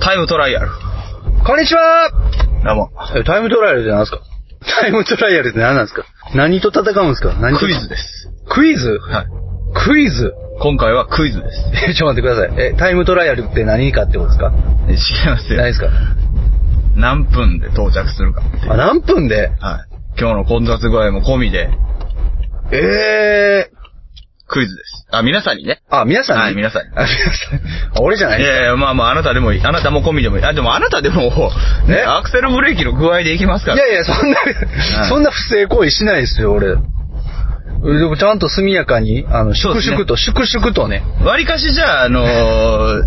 タイムトライアル。こんにちはどうも。えタイムトライアルって何ですかタイムトライアルって何なんですか何と戦うんですか何とクイズです。クイズはい。クイズ今回はクイズです。え、 ちょっと待ってください。え、タイムトライアルって何かってことですかえ違いますよ何。ですか何分で到着するかっていう。あ、何分ではい。今日の混雑具合も込みで、ええクイズです。あ、皆さんにね。ー。あ、皆さんにはい皆さんにあ、皆さん。あ、俺じゃないいですやいや、まあまあ、あなたでもいい。あなたも込みでもいい。あ、でもあなたでも、ね、アクセルブレーキの具合でいきますかいら。やいや、そんいな、そんな不正行為しないですよ、俺。でもちゃんと速やかに、あの、そう粛ですね々と、粛々とね。わりかしじゃあ、あの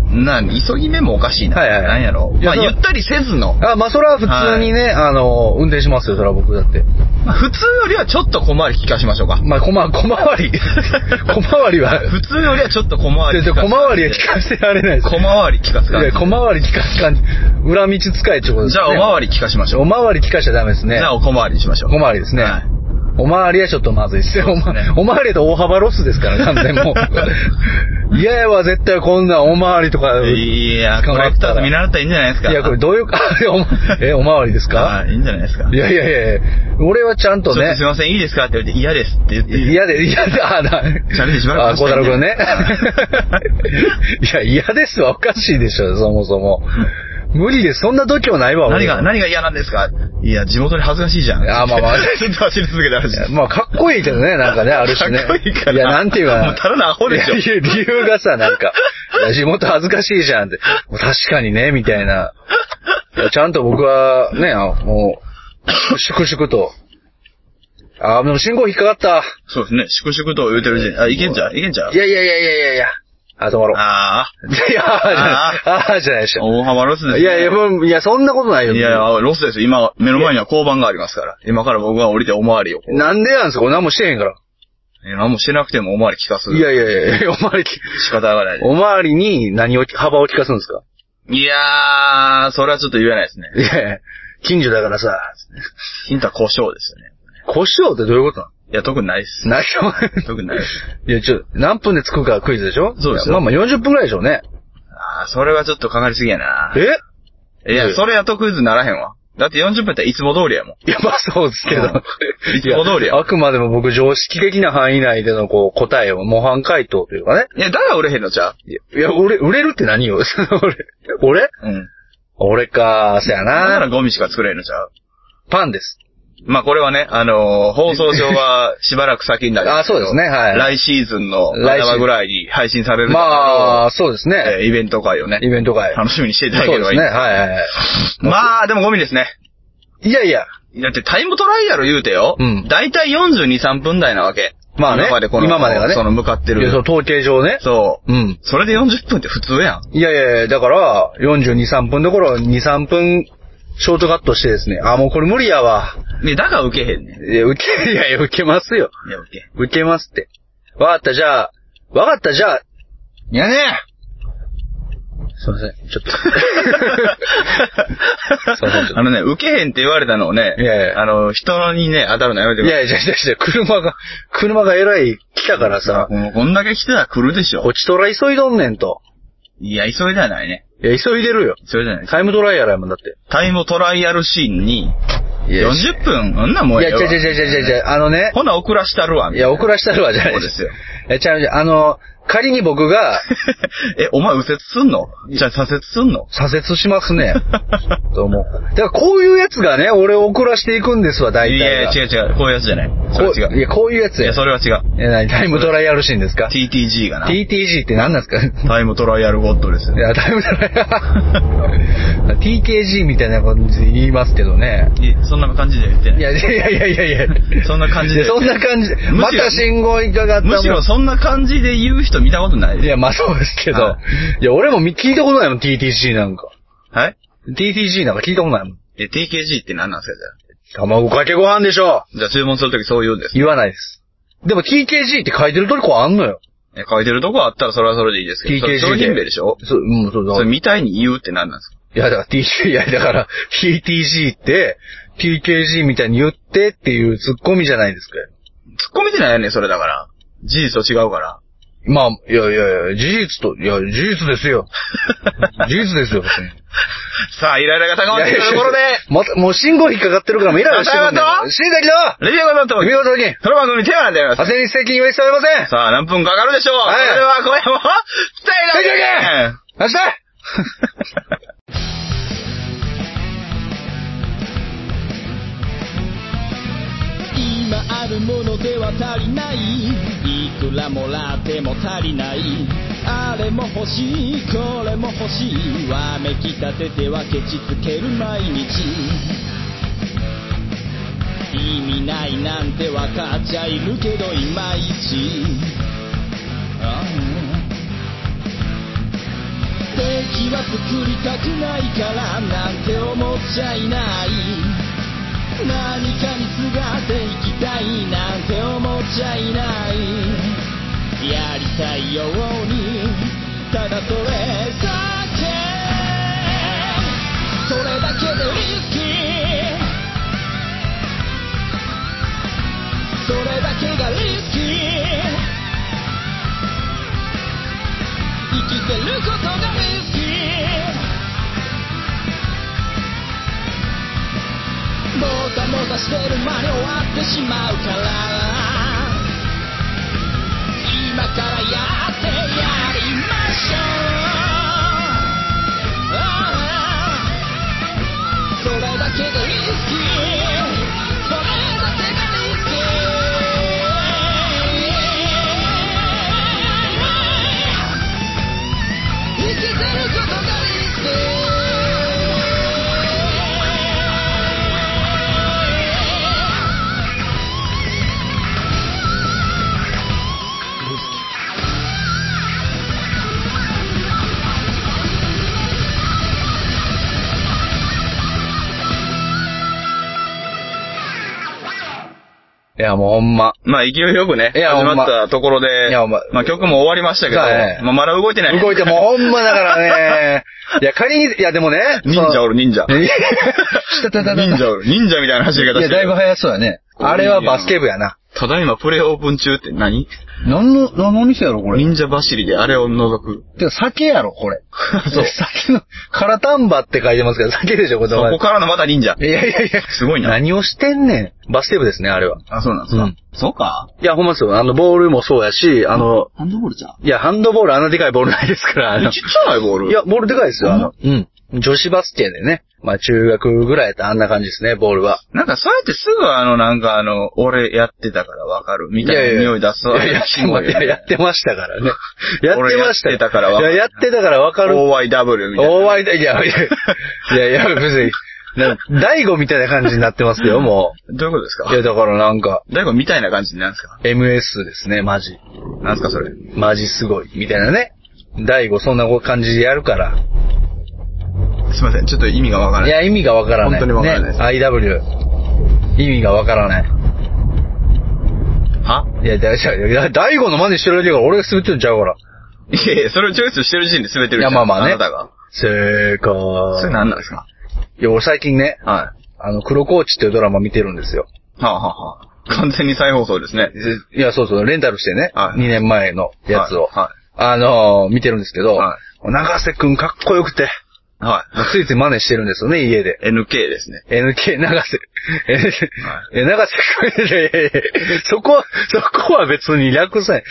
ー、なん、急ぎ目もおかしいな。はいはいなんやろ。いまやあ、そうゆったりせずの。あ、まあ、それは普通にね、あの、運転しますよ、それは僕だって。まあ、普通よりはちょっと小回り聞かしましょうか。まあ、こま、小回り。 小回りは、普通よりはちょっと小回りで聞小かす回りは聞かせられないです。小回り聞かすい感やじ。小回り聞かす感じ。裏道使いってことですじゃあ、ね。おまわり聞かしましょう。おまわり聞かしちゃダメですね。じゃあ、お小回りにしましょう。小回りですね。はいおまわりはちょっとまずいっすよ。おまおまわりと大幅ロスですから、完全も う。いややわ、絶対こんなんおまわりとか。いや、コ捕まレっクタたーらズ見習ったらいいんじゃないですか。いや、これどどういう、あいやおまえ、おまわりですかいいんじゃないですか。いやいやいやいや俺はちゃんちょとっとねすい。ません、いいですかって言われて、嫌ですって言って。嫌で、嫌で、あ、な、ャレンジしばらあ、く小はし太たい郎んでくんね。 いや、嫌ですわ、おかしいでしょ、そもそも。無理です、そんな度胸ないわ、何俺が、何が嫌なんですかいや、地元に恥ずかしいじゃん。あまあま あずっと走り続けた話です。まあ、かっこいいけどね、なんか ね、あるしね。かっこいいからや、なんていうかな。もうただのアホでしょいやいや理由がさ、なんか、いや地元恥ずかしいじゃんって。もう確かにね、みたいな。いやちゃんと僕は、ね、あもう、粛々と。あー、でも信号引っかかった。そうですね、粛々と言うてる時点あ、いけんちゃういけんちゃういやいやいやいやいやいや。あ、止まろう。あいや、あーじゃないでしあ、ょ。大幅ロスです、ね。いやいや、もう、いや、そんなことないよ。いやいや、ロスですよ。今、目の前には交番がありますから。今から僕が降りておまわりを。なんでなんすか俺何もしてへんから。え何もしてなくてもおまわり聞かす。いやいやいや、おまわり、仕方がないでおまわりに何を、幅を利かすんですかす。いやー、それはちょっと言えないですね。いやいや、近所だからさ、ヒントは故障ですよね。故障ってどういうことないや、特にないです。の内容特にないです。いや、ちょ、何分で着くかクイズでしょそうですまよあまあ40分くらいでしょうね。あー、それはちょっとかかりすぎやな。えいや、それやとクイズにならへんわ。だって40分っていつも通りやもん。いや、まあそうですけど。うんいつも通りやいあくまでも僕常識的な範囲内でのこう答えを模範解答というかね。いや、だから売れへんのちゃういや、いや売れ、売れるって何よ その俺、俺うん。俺か、そやだからな。ゴミしか作れへんのちゃうパンです。まあこれはね、あのー放送上 はしばらく先になる。あ、そうですね、はい。来シーズンの来シーズ頭ンぐらいに配信されるまあ、そうですあね。イベント会をね、イベント会。楽しみにしていただけそうれでばすいい。ね、はいはいはい。まあ、でもゴミですね。いやいや、だってタイムトライアル言うてよ。うんだいたい42、3分台なわけ。まあね今までこの、今までがねその向かっていやそのる。統計上ね。そう。うん。それで40分って普通やん。いやいやいや、だから、42、3分どころ、2、3分、ショートカットしてですね、あ、もうこれ無理やわ。ね、だから受けへんねん。いや、受け、い やいや、受けますよ。いや、受けへん。受けますって。わかった、じゃあ、わかった、じゃあ、いやね すいません、ちょ っと。すいませんちょっあのね、受けへんって言われたのをね、いやいやあの、人にね、当たるのやめてくと。いださい。やいや、いやいや、車が、車がえらい来たからさ、もうこんだけ来てたら来るでしょ。こちとら急いどんねんと。いや、急いではないね。いや、急いでるよ。急いではない。タイムトライアルやもんだって。タイムトライアルシーンに、いや、い40分、そんなんもうや、ええわちゃちゃちゃちゃちゃちゃ、あのね、ほな、遅らしたるわ。みたいいなや、遅らしたるわ、じゃないそうですよ。 え、ちゃうちゃう、あの、仮に僕が、え、お前右折すんのじゃあ左折すんの左折しま すね。どうも。だからこういうやつがね、俺を遅らしていくんですわ、大い体やいや、が。違う違う。こういうやつじゃない。そこうれは違う。いや、こういうやついやや、。それは違う。え、なに、タイムトライアルシーンですか TTG がな。 ?TTG って何なんですかいタイムトライアルゴッドですよ。や、タイムトライアル。TKG みたいな感じで言いますけどね。いそんな感じで言ってないい。や、いやいやいやいやそんな感じでいやそんな感じで。むましろた信号引っかかったもんむしろそんな感じで言う人見たことないいでや、まあそうですけどは。いや、俺もみ聞いたことないもん、TTG なんか。はい TTG なんか聞いたことないもん。え、TKG って何なんですか卵かけご飯でしょじゃあ。じゃあ注文するときそう言うんです。言わないです。でも TKG って書いてるとこあんのよ。え書いてるとこあったらそれはそれでいいですけど。 TKG それ商品名でしょそう、うん、そうだそれ。みたいに言うって何なんですかいや、だから T、いや、だから、TTG って、TKG みたいに言ってっていうツッコミじゃないですかよ。突っ込みてないよね、それだから。事実と違うから。まあ、いやいやいや、事実と、いや、事実です よ。事実ですよ、別に。さあ、イライラが高まってきたところで、また、もう信号引っかかってるから、イライラしてるんだまたまよ。た新崎だレビューごとのトー見ク事に、その番組テーマなんであります。汗に責任は一切ありませんさあ、何分かかるでしょう、はいそれでは、今夜も、スタイルスで明日今あるものでは足りないいくらもらっても足りないあれも欲しいこれも欲しいわめきたててはケチつける毎日意味ないなんてわかっちゃいるけどいまいちああ敵は作りたくないからなんて思っちゃいない何かにすがっていきたいなんて思っちゃいないやりたいようにただそれだけそれだけでリスキーそれだけがリスキー生きてることがリスキーもたもたしてる間に終わってしまうから今からやってやりましょうああそれだけがリスキーそれだけがリスキー生きてることがリスキーいや、もうほんま。まあ、勢いよくね、い始やほんままったところで、いやほんままあ、曲も終わりましたけど、そうだねまあ、まだ動いてない。動いてもうほんまだからね。いや、仮に、いや、でもね。忍者おる、忍者。え忍者おる、忍者みたいな走り方している。や、だいぶ早そうやね。あれはバスケ部やな。ただいまプレイオープン中って何何の、何の店やろ、これ。忍者走りであれを除く。てか酒やろ、これ。そう酒の、カラタンバって書いてますけど、酒でしょ、これそこからのまた忍者。いやいやいや。すごいな何をしてんねん。バスケ部ですね、あれは。あ、そうなんですかうんそうかいや、ほんまですよ。あの、ボールもそうやし、あの、ハンドボールじゃん。いや、ハンドボールあんなでかいボールないですから。あちのっちゃないボール。いや、ボールでかいですよ、ほあんまの、うん。女子バスケでね。まあ、中学ぐらいやったらあんな感じですね、ボールは。なんかそうやってすぐあの、なんかあの、俺やってたからわかるみたいな匂い出すいわ。やいや、いややってまし たからね。やってました俺やってよたからわいかるや、やってたからわかる。 OYW みたいな。大ワイだ、いや、いや、いや、いや別に、な大悟みたいな感じになってますよ、もどういうことですか う。いや、だからなんか、大悟みたいな感じになるんですか MS ですね、マジ。なんすかそれ。マジすごい、みたいなね。大悟そんな感じでやるから。すいません、ちょっと意味がわからいない。や、意味がわからない。本当にわからないね、IW。意味がわからない。はいや、だ、いやいや、大悟の真似してるだけだから、俺が滑ってんちゃうから。いやいや、それをチョイスしてる時点で滑ってるじいゃや、ん。まあまあね。あなたが。正解。それ何なんですかいや、俺最近ね、はあの、黒コーチっていうドラマ見てるんですよ。い。はあ、はあはあ、完全に再放送ですね。いや、そうそう、レンタルしてね、はい2年前のやつを、はあのー見てるんですけど、は長瀬くんかっこよくて、い。はもうついつい真似してるんですよね、家で。い。NK ですね。 NK、長瀬。 え、長瀬くん、いや いやいやそこは、そこは別に略さない。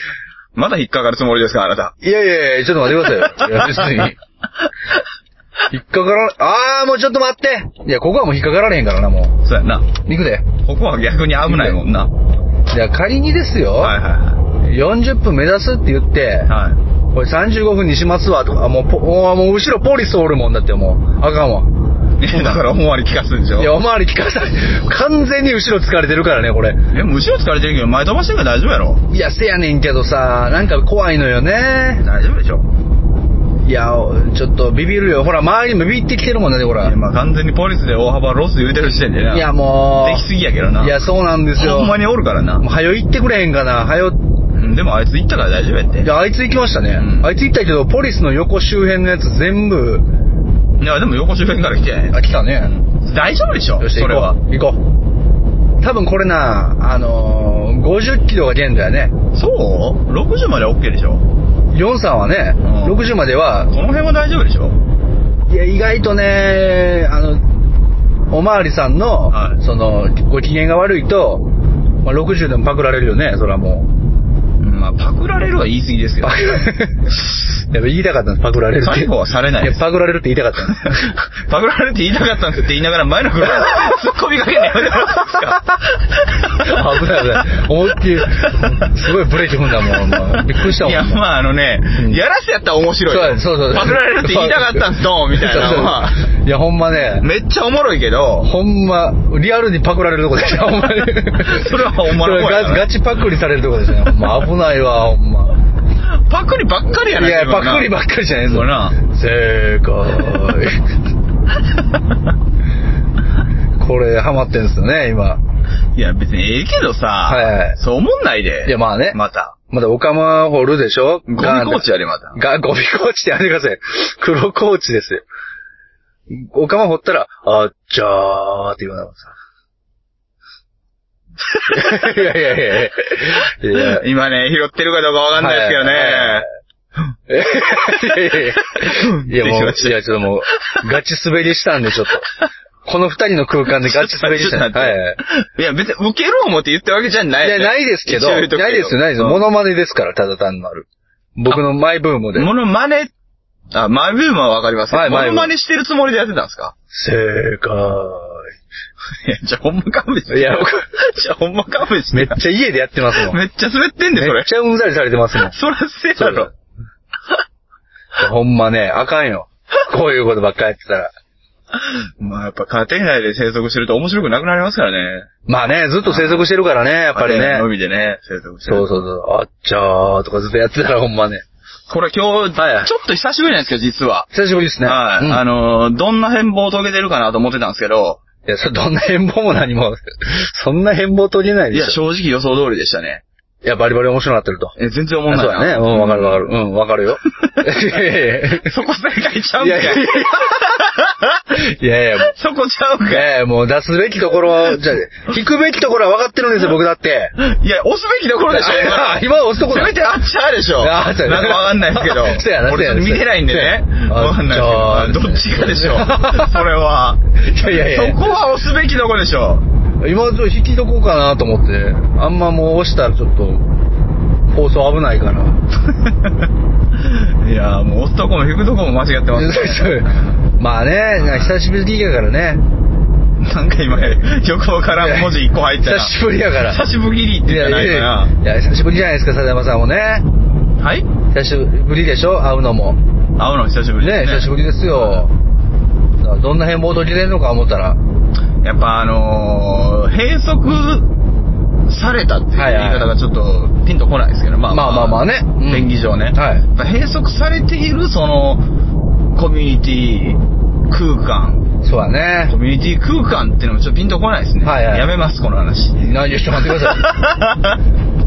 まだ引っかかるつもりですかあなた。いやいやいや、ちょっと待ってくだ さいよ。いや、別に。引っかからあー、もうちょっと待っていや、ここはもう引っかかられへんからな、もそうやんな。う。行くで。ここは逆に危ないもんな。じゃあ仮にですよ、はいは40分目指すって言ってい、はい。はい。これ35分にしますわとか、あもうポ、おもう後ろポリスおるもんだってもう、あかんわ。いやだから思わり聞かすんでしょ。いや、おまわり聞かさない。完全に後ろ疲れてるからね、これ。え、むしろ疲れてるけど、前飛ばしてんから大丈夫やろいや、せやねんけどさ、なんか怖いのよね。大丈夫でしょいや、ちょっとビビるよ。ほら、周りにもビビってきてるもんだね、ほら。いや、いまあ完全にポリスで大幅ロス言うてる時点でな。や、もう。できすぎやけどな。いや、そうなんですよ。ほんまにおるからなもう。早行ってくれへんかな、早。いうんでもあいつ行ったから大丈夫やって。いや、や、あいつ行きましたね。うんあいつ行ったけど、ポリスの横周辺のやつ全部、でも横周辺から来てやねあ、来たね。大丈夫でしょよし、そ行れこは。う。行こ多分これな、あのー、50キロが限度やね。そう ?60 までは OK でしょ4さんはね、うん60まではこ、の辺は大丈夫でしょいや、意外とね、あの、おまわりさんの、はいその、ご機嫌が悪いと、まあ、60でもパクられるよね、それはも うう。んまあ、パクられるは言い過ぎです けどパ。クやっぱ言いたかったんです、パクられるって。最後はされないですや、パクられるって言いたかったんです。パクられるって言いたかったんですって言いながら前の車に 突っ込みかけてやめてもらっていいですか危ない危ない。思いっきり、すごいブレーキ踏んだもんほんま。びっくりしたもん。いや、まああのね、うんやらせやったら面白いよ。そうそうそう。パクられるって言いたかったんす、ドンみたいなのは。そうそういや、ほんまね、めっちゃおもろいけど、ほんま、リアルにパクられるとこで した、ほんまに。それはほんまの声そやれなガガチパクリされるとこでしたね。ほんま危ないわ、ほんま。パクリばっかりやないや、自分パなクリばっかりじゃないですそうな正解。 これ、ハマってんすよね、今。いや、別にええけどさ、はいそう思んないで。いや、まあね。また。まだオカマ掘るでしょゴミコーチやで、また。が、ゴミコーチってやめてください。 黒コーチですよ。オカマ掘ったら、あっちゃーって言わなかった。 いやいやいやいや。いや今ね、拾ってるかどうかわかんないですけどね。いやいやいや。いやもう、いやちょっともう、ガチ滑りしたんで、ちょっと。この二人の空間でガチ滑りしたんで。はいはい。いや、別に受ける思って言ったわけじゃないい。や、ないですけど、一応な言いうとくけどですよ、ないですよ。モノマネですから、ただ単なる。僕のマイブームで。モノマネ、あ、マイブームはわかりますけど、はいモマイノブームマネしてるつもりでやってたんですか 正いや、じゃあほんま勘弁して。いや僕 じゃあほんま勘弁して。めっちゃ家でやってますもん。めっちゃ滑ってん で、そめれっ。ちゃうんざりされてま すもん。そらせやろ。ほんまね、あかんよ。こういうことばっかりやってたら。まあやっぱ家庭内で生息してると面白くなくなりますからね。まあね、ずっと生息してるからね、やっぱり家庭内のね。みでね、生息してる。そうそうそう。あっちゃーとかずっとやってたらほんまね。これ今日、はいちょっと久しぶりなんですけど、実は。久しぶりですね。はい。うんあのー、どんな変貌を遂げてるかなと思ってたんですけど、いや、そ どんな変貌も何も、そんな変貌取れないいでや、しょ。正直予想通りでしたね。いや、バリバリ面白くなってると。え、全然思わそないうな。だね。うん、わかるわかる。うん、わか るよ。いやいやいそこ正解ちゃうんやかいやい。いやいや、そこちゃうんかい。ねえ、もう出すべきところ、じゃあ、引くべきところは分かってるんですよ、僕だって。 いや、押すべきところでしょ、あ今押すとこせだめてあっちゃーでしょ。あーそうやなんかわかんないですけど。 そうやな俺ちょっとそうやな見てないんでねそうや。なわかんないですけど。どあっーちそうかでしょ。それは。いやいやいやそこは押すべきとこでしょ。今ちょっと引きとこうかなと思って、あんまもう押したらちょっと、放送危ないから。 いやー、もう押すとこも引くとこも間違ってます。 まあね、久しぶりやからね。なんか今、よくわからん文字1個入った久な。しぶりやから。久しぶりにってい言っやたいらないやいかや、いや久しぶりじゃないですか、佐山さんもね。な。はい久しぶりでしょ、会うのも。会うの久しぶりね、久しぶりですよ。だからどんな変貌取り入れるのか思ったら。やっぱあのー、閉塞されたっていう言い方がちょっとピンとこないですけど、まあまあまあまあねう便ん宜上ね。はいやっぱ閉塞されているその、コミュニティ空間、そうだねコ。ミュニティ空間っていうのもちょっとピンとこないですね。はいはいやめます、この話。何ちょっと待ってく だ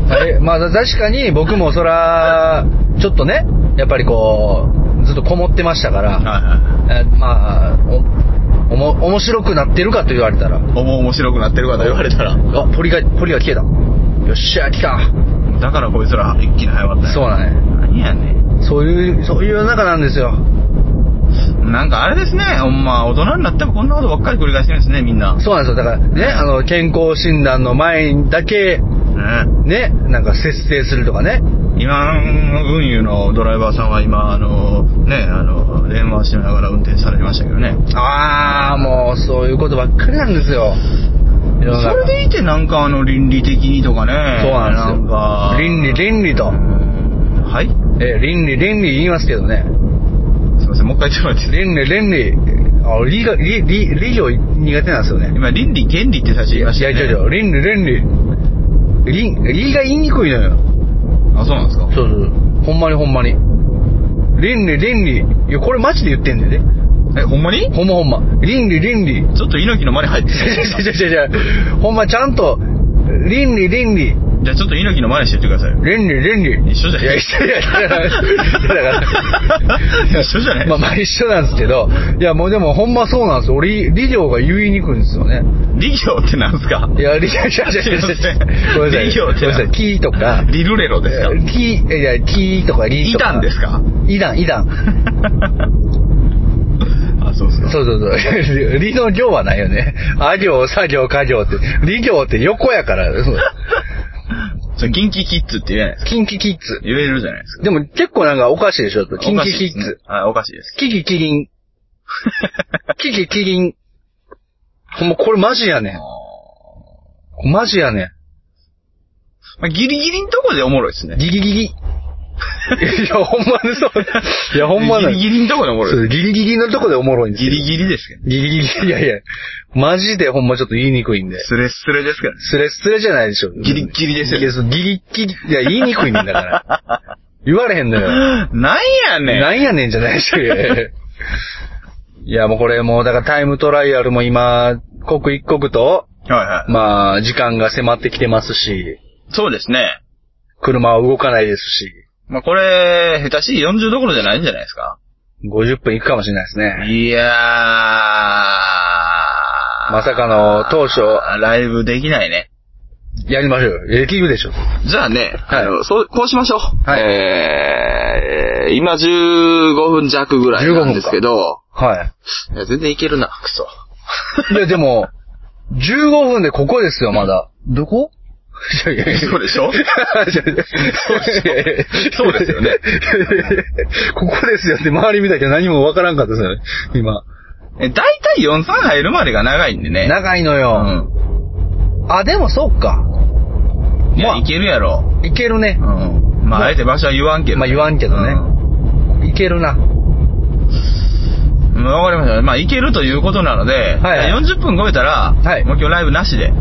さい。あれまあだ確かに僕もそら、ちょっとね、やっぱりこう、ずっとこもってましたから、はえまあ、お、おも、面白くなってるかと言われたら、いはい。おも面白くなってるかと言われたら。あ、ポリが、ポリが消えた。よっしゃ、来た。だからこいつら一気に早かったんやそうだね。何やねん。そういう、そういう中なんですよ。なんかあれですね、ほんま、大人になってもこんなことばっかり繰り返してるんですね、みんな。ね。そうなんですよ。だからね、あの、健康診断の前にだけ、ね、なんか節制するとかね。今、運輸のドライバーさんは今、あの、ね、あの、電話しながら運転されてましたけどね。あー、もうそういうことばっかりなんですよ。そ世の中れでいてなんかあの、倫理的にとかね。そうなんなんですかよ。。倫理、倫理とう。んはいえー、倫理、倫理言いますけどね。すいません、もう一回言ってもらっていいですか。倫理、倫理。あ、理が、理、理、理を苦手なんですよね。今、倫理、原理って最初言いまいしたや、よちね。ょちょ、倫理、倫理。理、理が言いにくいのよ。あ、そうなんですかそうそう。ほんまにほんまに。倫理、倫理。いや、これマジで言ってんだよね。え、ほんまにほんまほんま。倫理、倫理。ちょっと猪木の間に入って違う違う違う違う。ほんまちゃんと、倫理、倫理。じゃあちょっと猪木の真似してってくださいよ。倫理、倫理。一緒じゃいや、ない一緒や、だから。一緒じゃないまあまあ一緒なんですけど、いやもうでもほんまそうなんですよ。俺、理行が言いにくいんですよね。理行ってなんですかいや、理行、じゃじすゃじいゃませんごめんなさい。理行ってごめんなさい。キーとか、リルレロですかキー、いや、キーとかリーイとか。タンですかイダン、イダン。あ、そうですか。そうそうそう。 理の行はないよね。あ行、作行、家行って。理行って横やから。そうそれ、キンキキッズって言えないですかキンキキッズ。言えるじゃないですか。でも結構なんかおかしいでしょ、キンキキッズ。。あ、おかしいです。キキキリン。キキキリン。ほんま、これマジやねん。マジやねまあ、ギリギリのとこでおもろいですん。ね。ギリギ リ。いや、ほんまにそう。いや、ほんまなギリギリのとこでおもろそい。うギリギリのとこでおもろいんですギよ。リギリですけどね。ギリギリ。いやいや、マジでほんまちょっと言いにくいんで。スレスレですからね。スレスレじゃないでしょ。ギリギリですよいや、そうギリギリ。いや、言いにくいねんだから。 言われへんのよ。なんやねん。なんやねんじゃな いし。いや、もうこれもう、だからタイムトライアルも今、刻一刻と、はいはい。まあ、時間が迫ってきてますし、そうですね。車は動かないですし、まあ、これ、下手しい40どころじゃないんじゃないですか。 50分行くかもしれないですね。いやー。ままさかの当初ライブできないね。やりましょうよ。できるでしょ。じゃあね、はいあの、そう、こうしましょう。はいえー、今15分弱ぐらいなんですけど、はいや全然いけるな、クソ。い。いや、でも、15分でここですよ、まだ。どこそう そうでしょそうですよね。ここですよって周り見たけど何もわからんかったですよね、今。え、だいたい43入るまでが長いんでね。長いのうよ。ん。あ、でもそっか。いやまあいけるやろ。いけるねう。ん。まあ、あえて場所は言わんけど。まあ言わんけどねいけるな。うん。うんわかりました。まあ、いけるということなので、はい40分超えたら、はいもう今日ライブなしで。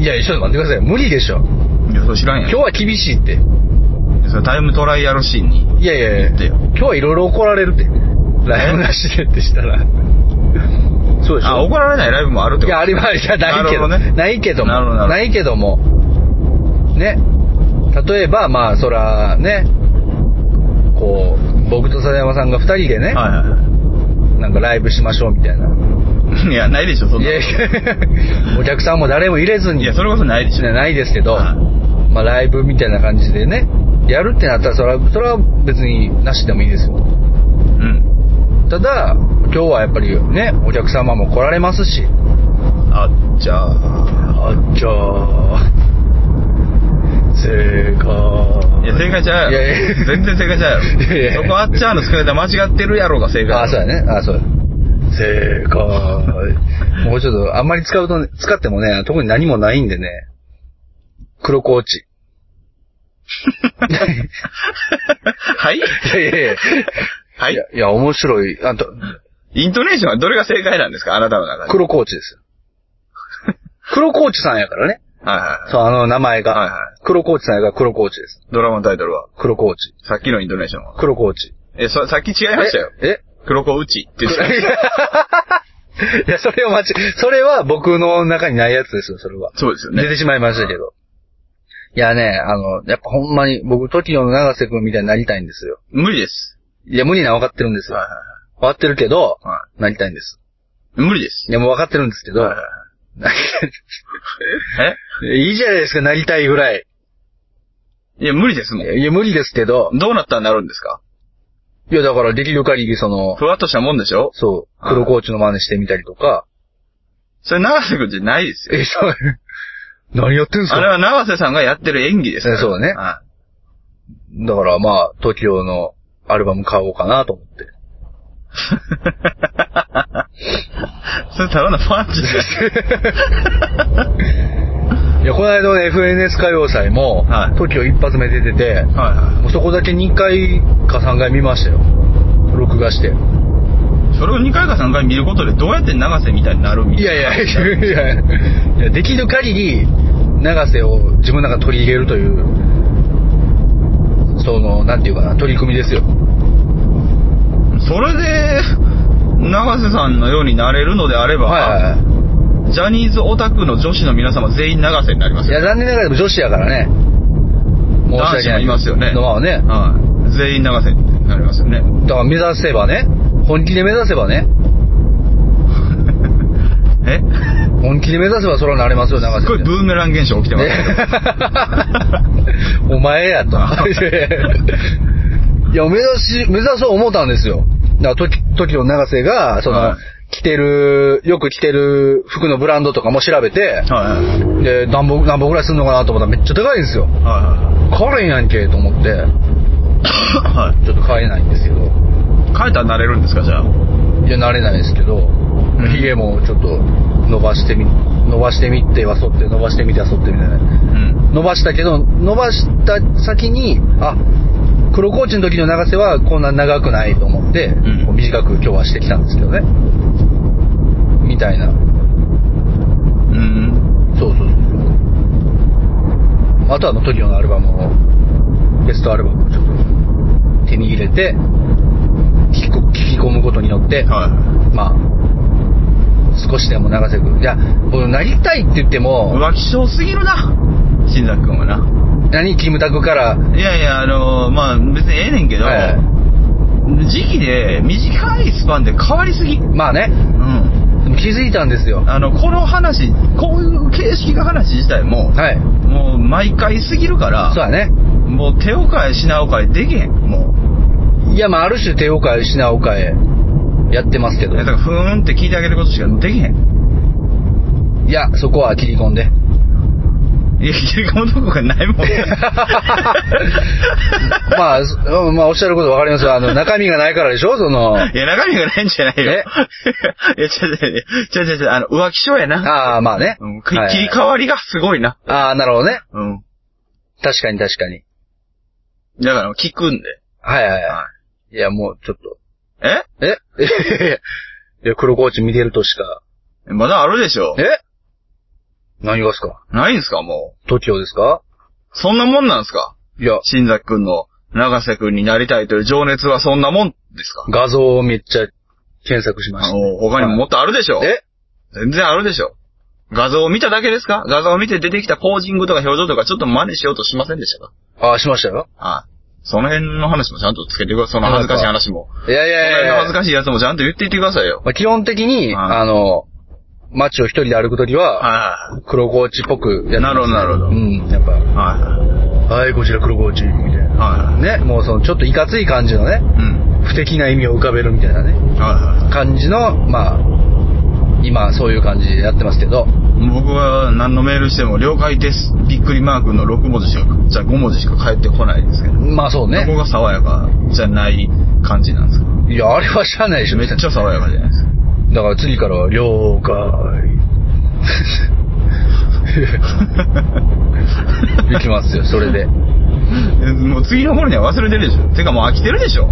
いや、ちょっと待ってください。無理でしょ。いや、そう知らんやん。今日は厳しいって。それタイムトライアルシーンに。いやいやいや言ってよ今日はいろいろ怒られるって。ライブなしでってしたら。そうでしょ。あ、怒られないライブもあるってこといや、ありまじゃないけなるほど、どねないけども、なるほどなるほどないけども、ね。例えば、まあ、そら、ね、こう、僕と笹山さんが二人ではね、いはいはい。なんかライブしましょうみたいな。い や、ないでしょ、そんいな。やいや、 お客さんも誰も入れずに、いや、それこそないでしょ。ないですけど、はまあ、ライブみたいな感じでね、やるってなったら、それは、それは別になしでもいいですよ。うん。ただ、今日はやっぱりね、お客様も来られますし、あ、じゃあ。あっちゃー。正解。いや、正解ちゃういややいやろ。全然正解ちゃういややいやろ。そこあっちゃんの使い方間違ってるやろうが正解。あ、そうう。やね。あ、そうや。正解。もうちょっと、あんまり使うとね、使ってもね、特に何もないんでね。黒コーチ。はいいやいやいや。はいいや。いや、面白い。あんた、イントネーションはどれが正解なんですかあなたの中で。黒コーチですよ。黒コーチさんやからね。はいはいはい。そう、あの名前が。はいはい黒コーチさんやから黒コーチです。ドラマのタイトルは。黒コーチ。さっきのイントネーションは。黒コーチ。え、そさっき違いましたよ。ええ黒子うち って言ってた。いや、それを間違え、それは僕の中にないやつですよ、それは。そうですよね。出てしまいましたけど。いやね、あの、やっぱほんまに、僕、トキオの長瀬くんみたいになりたいんですよ。無理です。いや、無理なの分かってるんですよ。はいは分かってるけど、いはなりたいんです。い。無理です。いや、もう分かってるんですけど、はいはいはい いいじゃないですか、なりたいぐらい。えいや、無理ですいもや、いや無理ですけど、ん。どうなったらなるんですかいや、だからできる限り、その、ふわっとしたもんでしょそう、黒コーチの真似してみたりとか、それ長瀬くんじゃないですよ。え、そう、何やってんすあれかは長瀬さんがやってる演技ですから。えそうねはだからまあ、トキオのアルバム買おうかなと思って。 い。 それただのパンチ です。いや、この間の FNS 歌謡祭も、はい時を一発目で出てて、はいはもうそこだけ2回か3回見ましたよ。録画して。い。それを2回か3回見ることでどうやって長瀬みたいになるみたいいな。やいや、いやいや、いやできる限り、長瀬を自分の中に取り入れるという、その、なんていうかな、取り組みですよ。それで、長瀬さんのようになれるのであれば、はいはいはジャニーズオタクの女子の皆様全員長瀬になりまい。すいよや、残念ながらでも女子やからね。申男子し訳なもい。いますよね。のはね。はい。全員流せってなりますよね。だから目指せばね、本気で目指せばね、 え本気で目指せばそれはなれますよ、長瀬すごいブーメラン現象起きてますけ ど。お前 やと。いや、目指し、目指そう思ったんですよ。だから、時、時の長瀬が、その、はい着てる、よく着てる服のブランドとかも調べて、はいはい。で、何本、何本ぐらいすんのかなと思ったらめっちゃ高いんですよ。は買えんやんけ、と思って、いはい。はい。ちょっと買えないんですけど。変えたらなれるんですか、じゃあ。いや、慣れないですけど、んヒゲもちょっと伸ばしてみ、伸ばしてみては剃って、伸ばしてみては剃ってみたいな。うん。伸ばしたけど、伸ばした先に、あ、黒コーチの時の長瀬はこんな長くないと思って、んこう短く今日はしてきたんですけどね。みたいな。うん。そうそうそう。あとはあの TOKIO のアルバムを、ベストアルバムをちょっと手に入れて、聞きこ聞き込むことによって、はまあ、少しでも長瀬君。いや、僕なりたいって言ってい。も、浮気症すぎるな。新崎くんはな。何キムタクから、いやいや、あのー、まあ別にええねんけど、はい時期で短いスパンで変わりすぎ。うまあね、ん。でも気づいたんですよ。あの、この話、こういう形式の話自体も、はい。もう毎回すぎるから、そうだね。もう手を変え品を変えできへん。もう。いや、まあ、ある種手を変え、品を変え、やってますけどだ。からふーんって聞いてあげることしかできへん。いや、そこは切り 込んで。いや、切り込むとこがない もん。まあ、すうんまあ、おっしゃることわかりますよあの、中身がないからでしょその、いや、中身がないんじゃ ないよ。いえや、ちょ、ちょ、ちょ、ちょ、ちょ、あの、浮気症やな。ああ、まあね。うん、きはい切り替わりがすごいな。ああ、なるほどね。うん。確かに確かに。だから、聞くんで。はいはいははい。いや、もう、ちょっと。い。ええ いや、黒コーチ見てるとしか。まだあるでしょ。え何がですかないんすか、も ?TOKIO ですかう。そんなもんなんすかいや、新崎くんの、長瀬くんになりたいという情熱はそんなもんですか画像をめっちゃ検索しまあした。の他にももっとあるでしょ。え全然あるでしょ。画像を見ただけですか画像を見て出てきたポージングとか表情とかちょっと真似しようとしませんでしたかああ、しましたよ。はい。その辺の話もちゃんとつけてください。その恥ずかしい話も。いやいやそのいやい辺やの。恥ずかしいやつもちゃんと言っていってくださいよ。まあ、基本的に、はいあの、街を一人で歩くときは、は黒コーチっぽくやってまなす、るほどなるほどうん、やっい。はぱ、はい、こちら黒コーチ、みたいい。はい。な。ね、もうその、ちょっといかつい感じのね、うん。不敵な意味を浮かべるみたいなね、は感じの、まあ、今、そういう感じでやってますけど、いはい。僕は何のメールしても了解です。びっくりマークの6文字しか、じゃあ5文字しか返ってこないですけど。まあそうどこね。が爽やかじゃない感じなんですかいや、あれはしゃあないでしょ、めっちゃ爽やかじゃない ですか。だから次からは、了解。いきま すよ、それで。え もう次の頃には忘れてるでしょ。てかもう飽きてるでしょ。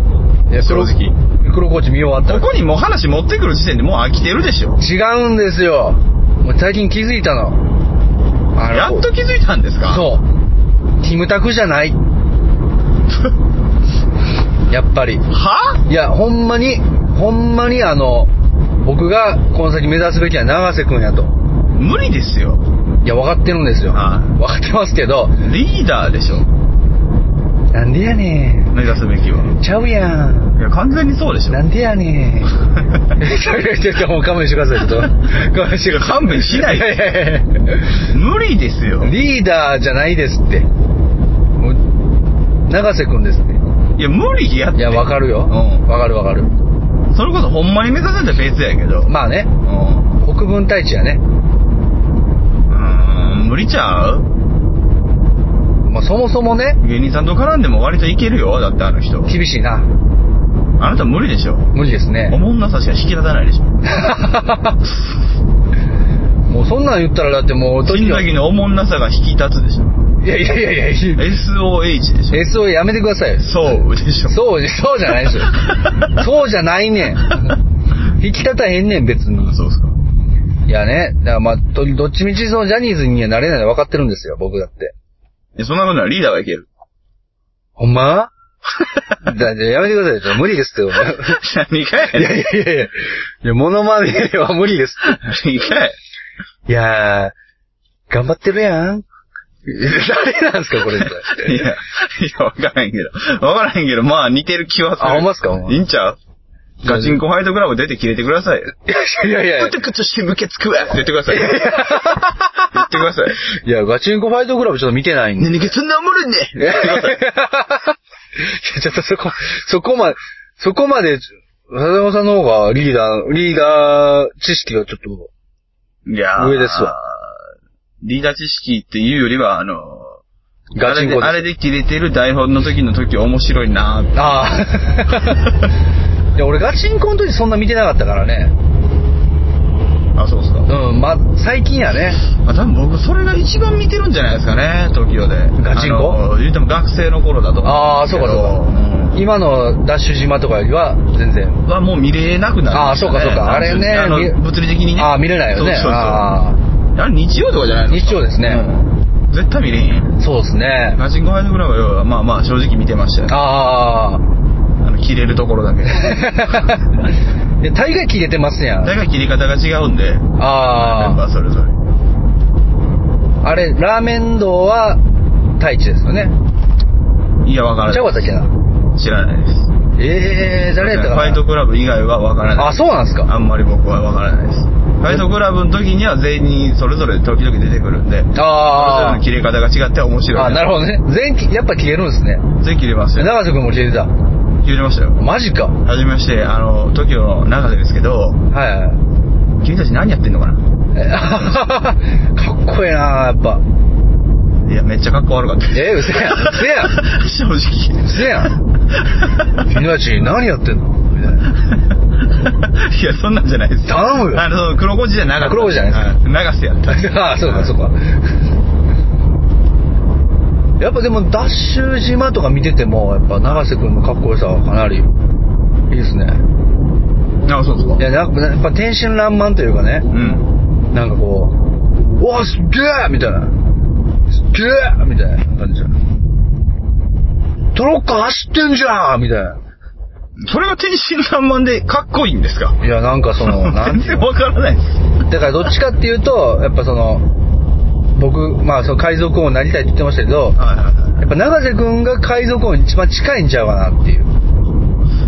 いや正直。黒コーチ見終わったらここにもう話持ってくる時点でもう飽きてるでしょ。違うんですよ。もう最近気づいたの。あのやっと気づいたんですかそう。キムタクじゃない。やっぱり。 はいや、ほんまに、ほんまにあの、僕がこの先目指すべきは長瀬くんやと。無理ですよ。いや、分かってるんですよ。は分かってますけど、リーダーでしょ。なんでやね目指すべきは。ん。ちゃうやん。いや、完全にそうでしょ。なんでやねん。いやいやいやいやもう勘弁してください、 ちょっと。勘弁してください。 勘弁しないい やいやいや無理ですよ。リーダーじゃないですって。もう長瀬くんですって。いや、無理やって。いや、わかるよ。うんわかるわかる。それこそほんまに目指せたら別やけど。まあね、うん。国分太一やね。うーん、無理ちゃうまあそもそもね、芸人さんと絡んでも割といけるよ。だってあの人。厳しいな。あなた無理でしょ。無理ですおね。もんなさしか引き立たないでしょ。 もうそんなん言ったらだってもう、新の崎のおもんなさが引き立つでしょ。いやいやいやいや、 SOH でしょ。 SO やめてくださいよ。そうでしょ。そう、そうじゃないです よ。そうじゃないねん。引き立たへんねん、別に。そうですか。いやね、だからまあ、どどっちみちそのジャニーズにはなれないの分かってるんですよ、僕だって。えそんなことならリーダーはい ける。ほんま だだやめてくださいよちょっと無理ですけど。い何か やいやいいやいやいや、モノマネは無理です。何かいいやー、頑張ってるやん。誰なんですか、これ って。いや、いや、わからへんけど。わからへんけど、まあ似てる気はする。あほんまっすかほんまいいんちゃうガチンコファイトクラブ出て切れてください。いやいやいやプ。ツプツしてムケつくわって言ってください。言ってください。いや、ガチンコファイトクラブちょっと見てないんで。何がそんなおもろいねん いやちょっとそこ、そこまで、そこまで、笹山さんの方がリーダー、リーダー知識がちょっと、いやー上ですわ。リーダー知識っていうよりは、あの、ガチンコですあれで、あれで切れてる台本の時の時面白いなーあ あ。いや、俺ガチンコの時そんな見てなかったからね。あ、そうっすか。うん、ま、最近やね。あ、多分僕、それが一番見てるんじゃないですかね、東京で。ガチンコあの言うても学生の頃だと思ああ、そうかそううか。ん今のダッシュ島とかよりは全然。はもう見れなくなる、ああ、そうかそうか。あれね。あの、み物理的にね。ああ、見れないよね。そうそうそう。ああれ日曜とかじゃないあの日曜ですね。うん絶対見れへんやん。そうですね。ガチンコハイドグラブは、まあまあ、正直見てましたよ、ね。ああ。あの、切れるところだ け。 で大概切れてますやだん。が切り方が違うんで、メンバーあそれぞれ。あ。あれ、ラーメン道は、太一ですよね。いや、わからちゃうかったなっけな。い。知らないです。ええー、誰やったかフなァイトクラブ以外はわからない。あ、そうなんですか。あんまり僕はわからないです。ファイトクラブの時には全員それぞれ時々出てくるんで、あそれぞれの切れ方が違って面白い。あ。あ、なるほほどね。全切やっぱ切れるんですね。ど。全員切れますよ。長瀬くんも切れてた。切れましたよ。マジか。はいはじめまして、あの、TOKIO の中でですけど、はい。君たち何やってんのかなえ かっこええなやっぱ。いや、めっちゃ格好悪かった。え、うせやん。うせやん。う正直。せやん。君たち何やってんのみたいな。 いや、そんなんじゃないですよ。頼むよあの、黒子じゃなかった。黒子じゃないですか。長瀬やった。ああ、そうか、そうか。やっぱでも、ダッシュ島とか見てても、やっぱ、長瀬くんのかっこよさはかなり、いいですね。あ、そうそうい。や、なんかやっぱ天真爛漫というかね、うん。なんかこう、うわ、すっげえみたいな。すっげえみたいな感じトロッコ走ってんじゃんみたいな。それが天真爛漫でかっこいいんですかいや、なんか その、な全んてい然うのわからないです。だからどっちかっていうと、やっぱその、僕、まあ、その海賊王になりたいって言ってましたけはいはど、いはい。やっぱ長瀬くんが海賊王に一番近いんちゃうかなっていう。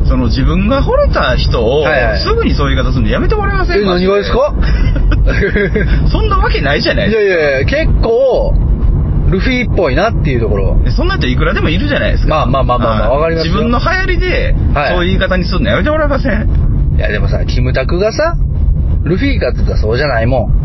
その自分が惚れた人を、はいはいすぐにそういう言い方するのやめてもらえませんえ何がですか そんなわけないじゃないいでやすいやいや、結構、ルフィっぽいなっていうところ。か。そんな人いくらでもいるじゃないですか。まあまあまあまあまあはいわかりますよ自分の流行りで、はいそういう言い方にするのやめてもらえません。 いや、でもさ、キムタクがさ、ルフィかって言ったらそうじゃないもん。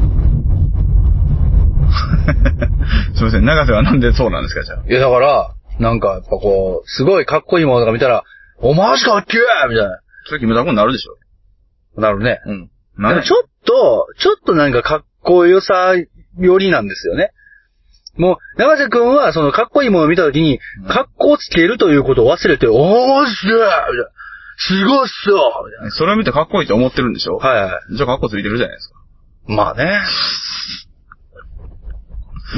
すいません、長瀬はなんでそうなんですか、じゃあ。いや、だから、なんかやっぱこう、すごいかっこいいものとか見たら、お、マジかっけえみたいな。それ決めたことになるでしょ。なるね。うん。でなもるちょっと、ちょっとなんかかっこよさよりなんですよね。もう、長瀬くんは、その、かっこいいものを見たときにうん、かっこをつけるということを忘れて、おーすげえみたいなすごいっすよみたいそれを見てかっこいいと思ってるんでしょなはいはい。じゃあかっこついてるじゃないですか。まあね。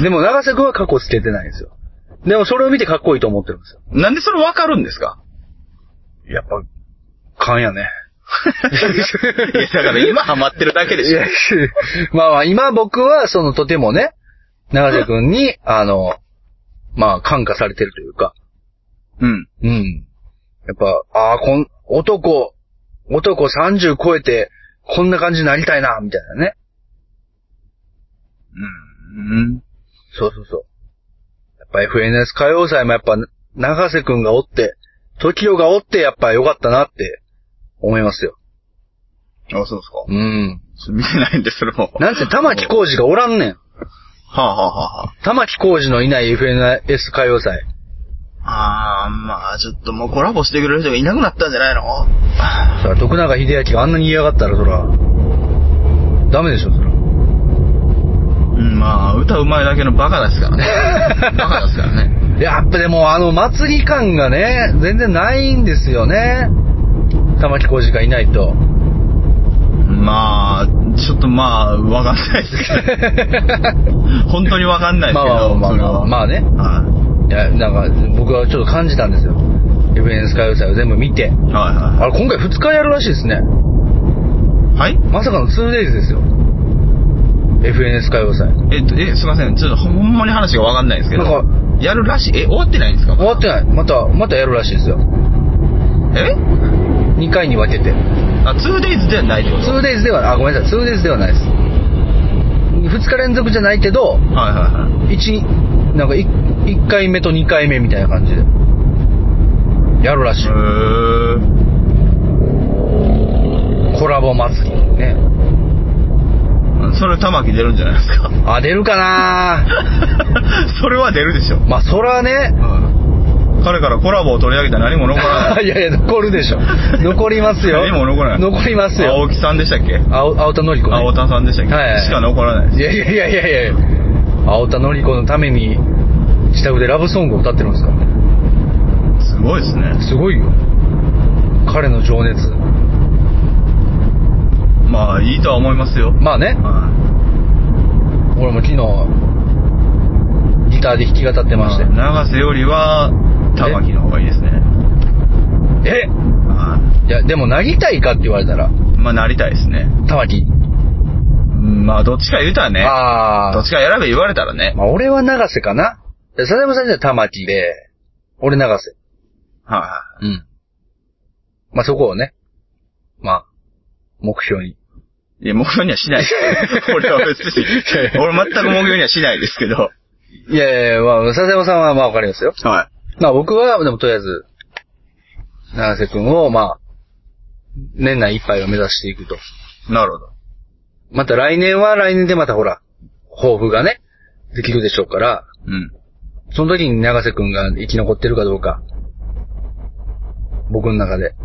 でも、長瀬くんは過去つけてないんですよ。でも、それを見てかっこいいと思ってるんですよ。なんでそれわかるんですかやっぱ、勘や ね。いや、だから今ハマってるだけでいしょや。まあまあ、今僕は、その、とてもね、長瀬く んに、あの、まあ、感化されてるというか、うん。うん。やっぱ、ああ、こん、男、男30超えて、こんな感じになりたいな、みたいなね。うん。そうそうそう。やっぱ FNS 歌謡祭もやっぱ、長瀬くんがおって、TOKIO がおって、やっぱ良かったなって、思いますよ。あ、そうですか。うん。ちょっと見てないんで、それも。なんせ、玉木浩二がおらんねん。はあはあはあは玉木浩二のいない FNS 歌謡祭。あ。あー、まあ、ちょっともうコラボしてくれる人がいなくなったんじゃないのそら、徳永秀明があんなに嫌がったら、そら、ダメでしょ、そら。うん、まあ、歌うまいだけのバカですから ね。バカですからね。やっぱでもあの祭り感がね、全然ないんですよね。玉木浩二がいないと。まあ、ちょっとまあ、わかんないですけど。本当にわかんないですけど、まあまあまあそれはまあねはいや、なんか僕はちょっと感じたんですよ。エベンス歌謡祭を全部見て。い。はいあはれ今回2日やるらしいですいね。はい。はいまさかの 2days ですよ。 FNS 歌謡祭。えっと、え、すいません。ちょっとほんまに話がわかんないんですけど。なんやるらしい。え、終わってないんですか終わってない。また、またやるらしいですよ。え2回に分けて。あ、2days ではないってこと 2days では、あ、ごめんなさい。2days ではないです。2日連続じゃないけど、はいはいは1、なんか 1, 1回目と2回目みたいな感じで。やるらしい。い。へー。コラボ祭り。ね。それ玉木出るんじゃないですか あ、出るかな それは出るでしょ、まあ、そらね、彼からコラボを取り上げた何も残らない いやいや、残るでしょ。残りますよ。何も残らない残ります青よ。木さんでしたっけ青青田のり子、ね。青田さんでしたっけ、はいはいしか残らないですいやいやいやいやいや青田のり子のために、自宅でラブソングを歌ってるんですからね。すごいですねすごいよ。彼の情熱。まあいいとは思いますよ、まあね、は俺も昨日、ギターで弾き語っていまして。永瀬よりは玉木の方がいいですねえはいや、でも、なぎたいかって言われたら、いまあなりたいですね玉木。うんまあどっちか言うたらねああ。どっちか選べ言われたらねまあ、俺は長瀬かな。で笹山さんじゃ玉木で、俺長瀬。はい、うん。まあ、そこをね、まあ、目標に。いや、目標にはし ないです。俺は別に。俺全く目標にはしないですけど。いやいやいや、まあ、笹山さんはまあわかりますよ。はまあ、僕は、でもとりあえず、長瀬くんを、まあ、年内いっぱいを目指していくと。い。なるほど。また来年は来年でまたほら、抱負がね、できるでしょうから、うん。 その時に長瀬くんが生き残ってるかどうか、僕の中で。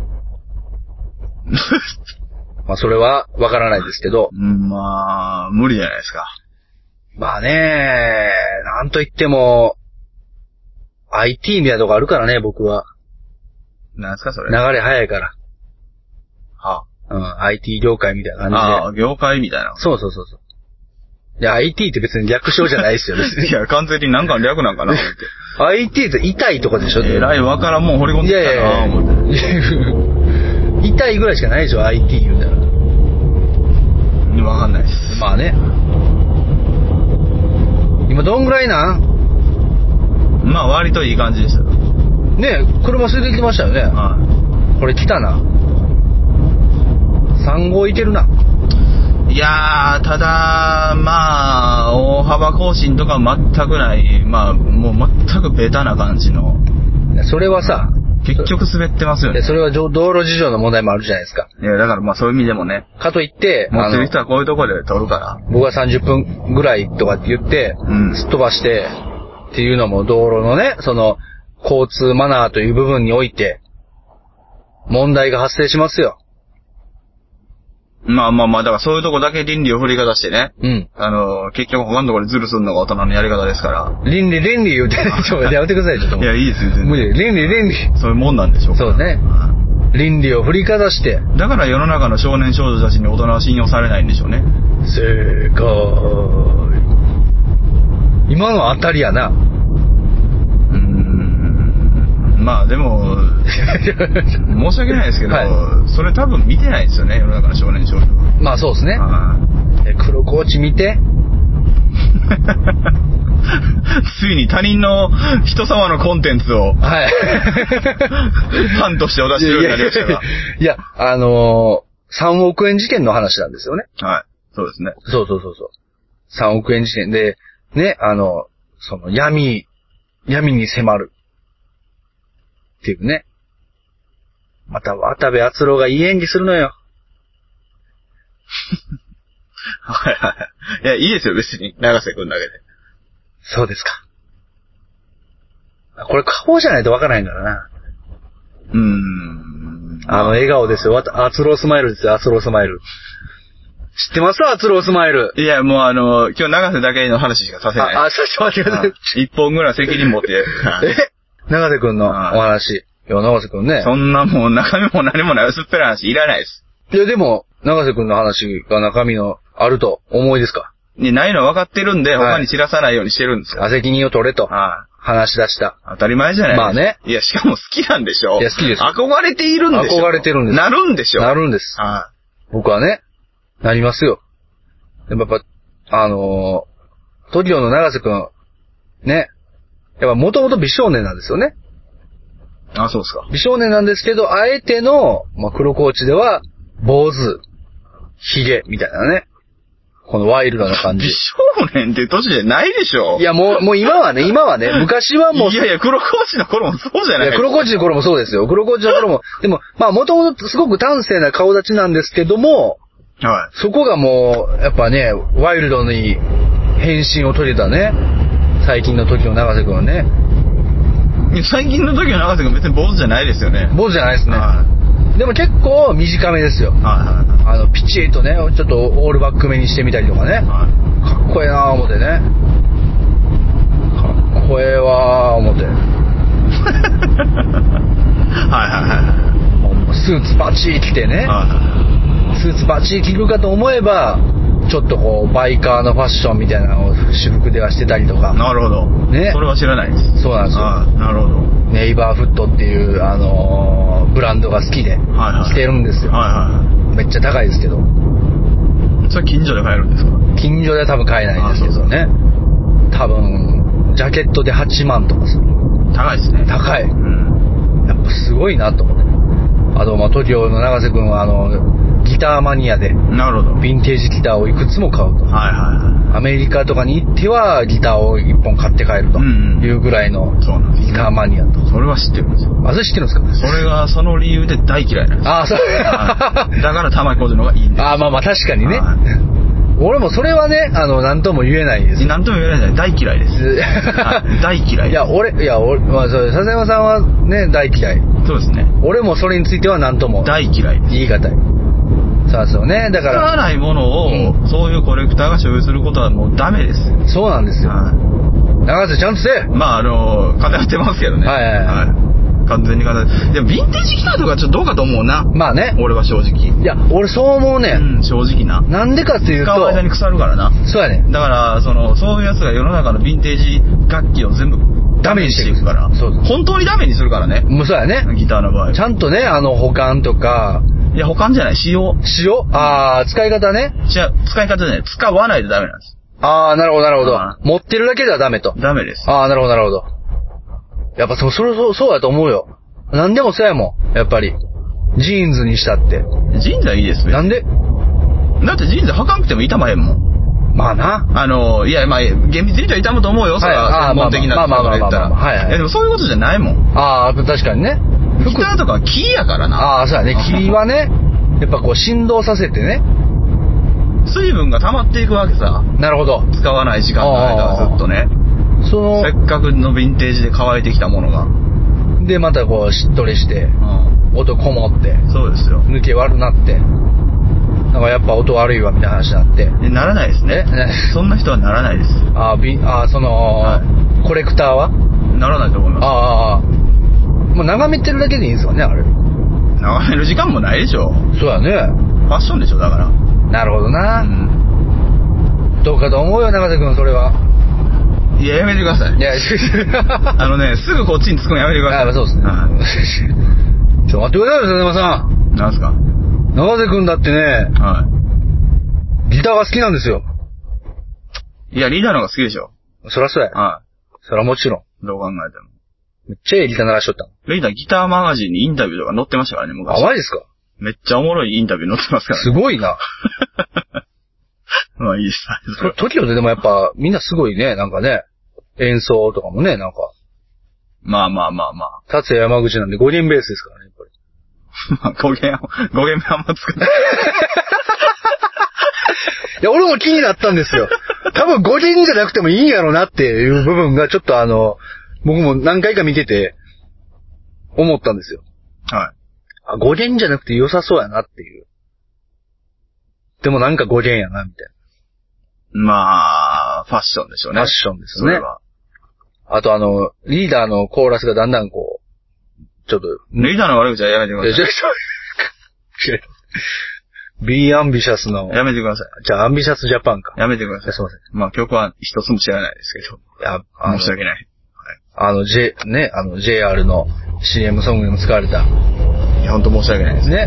まあそれはわからないですけど、うんまあ、無理じゃないですか。まあね、なんと言っても、IT みたいなとこあるからね、僕は。なんですか、そ流れ。れ早いから。はうん、IT 業界みたいなあ、あ感あ、業界みたいな じで。。そうそうそうそう。いや、IT って別に略称じゃないですよ、別に。いや、完全になんか略なんかな思っ IT って痛いとこでしょて。えらいわからんもん掘り込んいできやいたなやい思って。や。痛いぐらいしかないでしょ、IT 言うたうら。んわかんないです。まあね。今どんぐらいなんまあ、割といい感じでしたよ。ねえ車捨ててきましたよね。はこれ来たな。3号いけるな。い。いやー、ただ、まあ、大幅更新とか全くない、まあ、もう全くベタな感じの、それはさ、結局滑ってますよいやね。それはじょ道路事情の問題もあるじゃないですか。いや、だからまあそういう意味でもね、かといって、持ってるの人はこういうところで撮るか僕が30分ぐらいとかって言って、ら。うん。すっ飛ばして、っていうのも道路のね、その、交通マナーという部分において、問題が発生しますよ。まあまあまあ、だからそういうとこだけ倫理を振りかざしてね。うん。あの、結局他のところでズルするのが大人のやり方ですか倫理、倫理言うて、ちょ、やめてください、ちょっら。とも。いうや、いいですよ、全無然。理。倫理、倫理。そういうもんなんでしょうか。そうね。倫理を振りかざして、だから世の中の少年少女たちに大人は信用されないんでしょうね。正解。今の当たりやな。 うーん。まあでも、申し訳ないですけど、はそれ多分見てないですよね、世の中の少年少女は。まあそうですね。はいえ黒コーチ見て。ついに 他人の人様のコンテンツを、 はい。 ファンとしてお出しするようになりましたが。いや、あのー、3億円事件の話なんですよね。はい。そうですね。そうそうそうそう。3億円事件で、ね、あの、その闇、闇に迫る。っていうね。また渡部篤郎がいい演技するのよ。はいはいはい。いや、いいですよ、別に。長瀬くんだけで。そうですか。これ顔じゃないとわからないからな。うーん。あの笑顔ですよ。わた篤郎スマイルですよ、篤郎スマイル。知ってます篤郎スマイル。いや、もうあの、今日長瀬だけの話しかさせあ、ない。あ、ちょっと待ってく ださい。一本ぐらい責任 持って。え長瀬くんのお話。いや、長瀬くんね。そんなもう中身も何もない薄っぺらい話いらないです。いや、でも、長瀬くんの話が中身のあると思いですかねないのは分かってるんで、はい他に散らさないようにしてるんですよ。あ、責任を取れとはい。話し出した。当たり前じゃないですかまあね。いや、しかも好きなんでしょいや好きです憧れているんでしょ憧れてるんですなるんでしょなるんです。は僕はね、なりますよ。でもやっぱ、あのー、トリオの長瀬くん、ね。やっぱもともと美少年なんですよね。あ、そうですか。美少年なんですけど、あえての、まあ、黒コーチでは、坊主、髭、みたいなね。このワイルドな感じ美。少年って年じゃないでしょいや、もう、もう今はね、今はね、昔はもう、いやいや、黒コーチの頃もそうじゃいないや黒コーチの頃もそうですよ。黒コーチの頃も、でも、まあ、もともとすごく端正な顔立ちなんですけども、はそこがもう、やっぱね、ワイルドに変身を取れたね、最近の時の長瀬くんはね、い。最近の時の長瀬君別に坊主じゃないですよね。坊主じゃないですね。はでも結構短めですよい。。はいはあの、ピチッとね、ちょっとオールバックめにしてみたりとかねい。。はい。かっこええなぁ思ってね。かっこええわぁ思って。はいはいはいはいもうスーツバチー着てね。はスーツバチー着るかと思えば、ちょっとこう、バイカーのファッションみたいなのを私服ではしてたりとかい。。なるほど。ねそれは知らないです。そうなんですよああなるほど。ネイバーフットっていう、あのーブランドが好きはで、いはい。してるんですよはいはいめっちゃ高いですけど。はい。それ近所で買えるんですか近所では多分買えないんですけどね。多分、ジャケットで8万とかする。高いですね。高い。うん。やっぱすごいなと思って。あと、まあ、トリオの長瀬くんは、あの、ギターマニアで、なるほど。はヴいィンテージギターをいくつも買うと。はいはアメリカとかに行っては、ギターを一本買って帰るとうんうんいうぐらいのい。そうなんですギね。ターマニアと。それは知ってるんですよ。あ、それ知ってるんですかそれが、その理由で大嫌いなんです。あ あ、そう。はいだから玉井浩二の方がいいんです。ああ、まあまあ確かにね。は俺もそれはね、あの、なんとも言えないですい。。なんとも言えないじゃない。大嫌いです。はい大嫌いですいや、俺、いや、俺、まあ、そう、笹山さんはね、大嫌い。そうですね。俺もそれについてはなんとも大嫌いです。言い難い。そうですよね。だか使わら、ないものを、そういうコレクターが所有することはもうダメです。そうなんですよ。はい長瀬ちゃんとせえまああの、偏ってますけどね。はいはいはい完全に偏って。でも、ヴィンテージギターとかちょっとどうかと思うな。まあね。俺は正直。いや、俺そう思うねう。ん、正直な。なんでかってい使うと、う間に腐るからな。そうやね。だから、その、そういう奴が世の中のヴィンテージ楽器を全部ダメにしていくダメから。そうそう本当にダメにするからね。もうそうやね。ギターの場合。ちゃんとね、あの、保管とか、いや、保管じゃない、使用。塩あー、使い方ね。じゃ使い方じゃない、使わないとダメなんです。あー、なるほど、なるほどあ。持ってるだけではダメと。ダメです。あー、なるほど、なるほど。やっぱそ、それ、そう、そうやと思うよ。なんでもそうやもん。やっぱり。ジーンズにしたって。ジーンズはいいです、別なにんでだってジーンズ履かなくても痛まへんもん。まあな。あの、いや、まあ、厳密に言うと痛むと思うよ、はいそれはあー専門的なまあまあ言ったら。まあまあまあまあはいはいいや、でもそういうことじゃないもん。あー、確かにね。ギターとかはキーやからな。ああ、そうやね。霧はね、やっぱこう振動させてね。水分が溜まっていくわけさ。なるほど。使わない時間の間はずっとね。そのせ、っかくのヴィンテージで乾いてきたものが。でまたこうしっとりして、うん。音こもって、そうですよ。抜け悪なって、なんかやっぱ音悪いわみたいな話になって。えならないですねえね。そんな人はならないです。ああ、び、ああ、その、はコレクターはならないと思いあまあ、ああ、もう眺めてるだけでいいんですよね、あれ。す。眺める時間もないでしょ。フそうやね。ァッションでしょ、だから。なるほどうな。ん。どうかと思うよ、長瀬くん、それは。いや、やめてください。いや、 あのね、すぐこっちにつくのやめてください。あそうですねは。ちょ、待ってくださいよ、笹山さん。いなんすか長瀬くんだってね、はギターが好きなんですよ。い。いや、リーダーの方が好きでしょ。そらそうや。はそらもちろん。い。どう考えても。めっちゃええギター鳴らしとったレイダーギターマガジンにインタビューとか載ってましたからね、の。あ、昔。マジですかめっちゃおもろいインタビュー載ってますからすね。ごいな。 まあいいです。それはトキオででもやっぱ、みんなすごいね、なんかね、演奏とかもね、なんか、まあまあまあまあ。達也山口なんで5人ベースですからね、やっぱり。まあ 語源を、語源もあんま使ない。いや、俺も気になったんですよ。多分5人じゃなくてもいいんやろうなっていう部分が、ちょっとあの、僕も何回か見てて、思ったんですよ。はあ、5人じゃなくて良さそうやなっていう。でもなんか5人やな、みたいい。まあ、ファッションでしょうね。な。ファッションですそよねれ。は。あとあの、リーダーのコーラスがだんだんこう、ちょっと、レイダーの悪口はやめてくいだやちさょちょ Be Ambitious のい。、やめてください。じゃあ Ambitious Japan か。やめてくだいさやい。すいません。まあ曲は一つも知らないですけど。いや、あの申し、訳ない。あの J、ね、あの JR の CM ソングにも使われた、いや、ほんと申し訳ないです。ね、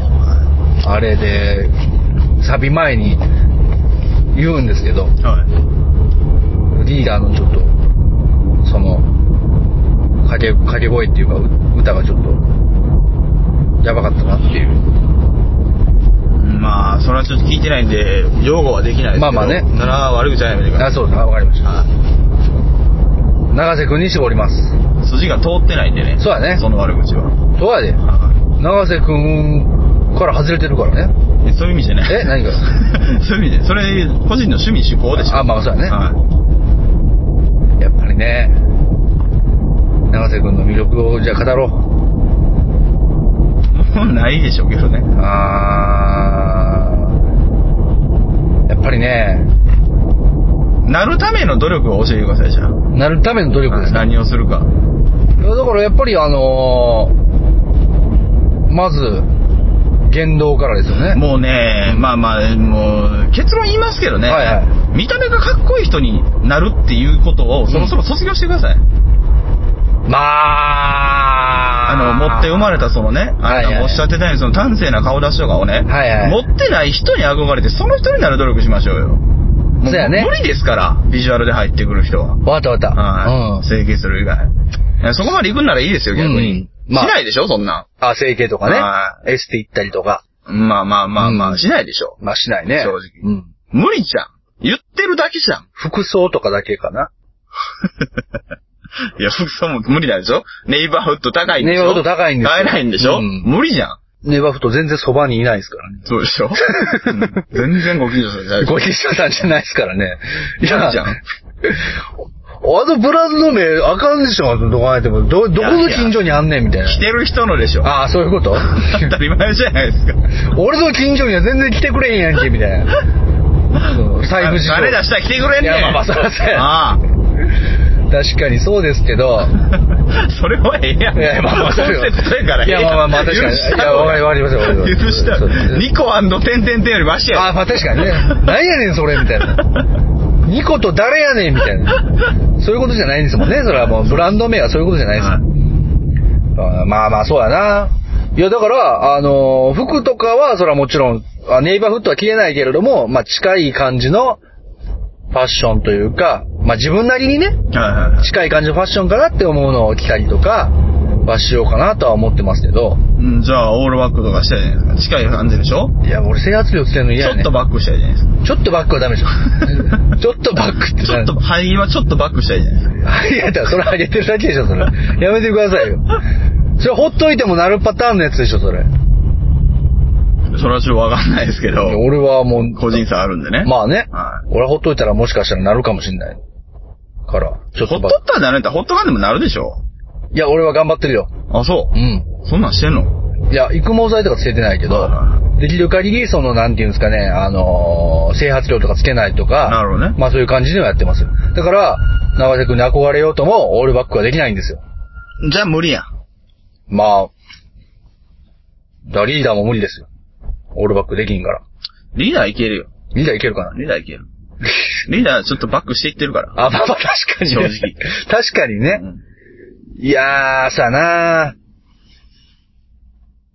あれで、サビ前に、言うんですけど、はリーダーのちょっと、その、掛け、掛け声っていうか、う歌がちょっと、やばかったなっていう。い。まあ、それはちょっと聞いてないんで、擁護はできないですけど。まあまあねただ、悪口はやめてくだあ、さそうだ、わかりましい。た。は長瀬くんに絞ります。い。筋が通ってないんでね。そうだねその悪口は。とはで、は長瀬くんから外れてるからね。いえそういう意味じゃない。え何が そういう意味で、それ、個人の趣味、趣向でしょ。あまあそうだねはい。やっぱりね、長瀬くんの魅力をじゃあ語ろもうないでしょうけどね。う。あー、やっぱりね、なるための努力を教えてください、じゃあ。なるための努力ですね。何をするか。いやだからやっぱりあのーまず、言動からですよね。もうね、まあまあ、もう、結論言いますけどね、はいはい見た目がかっこいい人になるっていうことを、そもそも卒業してください。まあ、あの、持って生まれたそのね、あはないたはいもおっしゃってたように、その端正な顔出しとかをね、はいはい持ってない人に憧れて、その人になる努力しましょうよ。もそうやね無理ですから、ビジュアルで入ってくる人は。わかったわかった。はい。うん。整形する以外。いやそこまで行くんならいいですよ、逆に。うんまあしないでしょ、そんなん。あ、整形とかねは。エステ行ったりとか。まあまあまあまあ、うんしないでしょ。まあしないね。正直うん。無理じゃん。言ってるだけ じゃん。服装とかだけかな。いや、服装も無理なんでしょネイバーフッド高いんでしょネイバーフッド高いんですよ買えないんでしょ、うん無理じゃん。ネバフト全然そばにいないですからね。そうでしょ、 うん全然ご近所さんじゃないご一緒さんじゃないですからね。い無や、理じゃん。あのブランド名あかんでしょ、どこあえても。ど、どこの近所にあんねんみたいな。着てる人のでしょああ、そうい うこと当たり前じゃないですか。俺の近所には全然来てくれへんやんけ、み たいな。そう財布事情。金出したら来てくれんねん。いやまあまあそらそうやああ。確かにそうですけど。それはええやん。いやまあまあそれはコンセプトやからええやんいやまあまあまあ確かに許したいやわかりますよわかります許したそうですろ。ニコ点々点よりマシやああ、まあ確かにね。何やねん、それ、みたいな。 ニコと誰やねん、みたいな。そういうことじゃないんですもんね。それはもうブランド名はそういうことじゃないです。はいあーまあまあ、そうやな。いや、だから、あのー服とかは、それはもちろん、あネイバーフットは着れないけれども、まあ近い感じのファッションというか、まあ自分なりにね、はいはいはい。近い感じのファッションかなって思うのを着たりとかはしようかなとは思ってますけど、うんじゃあ、オールバックとかしたらいいじゃないですか。近い感じでしょいや、俺制圧量つけるのち嫌やょねっとバックしたらいいじゃないですか。ちょっとバックはダメでしょ。ちょっとバックってちょっと、ハイはちょっとバックしたらいいじゃないですか。いや、だからそれ上げてるだけでしょ、それ。やめてくださいよ。それほっといてもなるパターンのやつでしょ、それ。それはちょっとわかんないですけど、俺はもう、個人差あるんでね。まあね。は俺はほっといたらもしかしたらなるかもしんない。から、ちょっほとっとばったんじゃないんだ。ほっとかんでもなるでしょ。いや、俺は頑張ってるよ。あ、そうう。ん。そんなんしてんのいや、育毛剤とかつけてないけどはいは、できる限り、その、なんていうんですかね、あのー、整髪料とかつけないとか、なるほどねまあそういう感じではやってます。だから、長瀬くんに憧れようとも、オールバックはできないんですよ。じゃあ無理やん。まあ、だリーダーも無理ですよ。オールバックできんから。リーダーいけるよ。リーダーいけるかなリーダーいける。リーダーちょっとバックしていってるから。あ、まあまあ確かにね、正直確かにねう。んいやー、さなー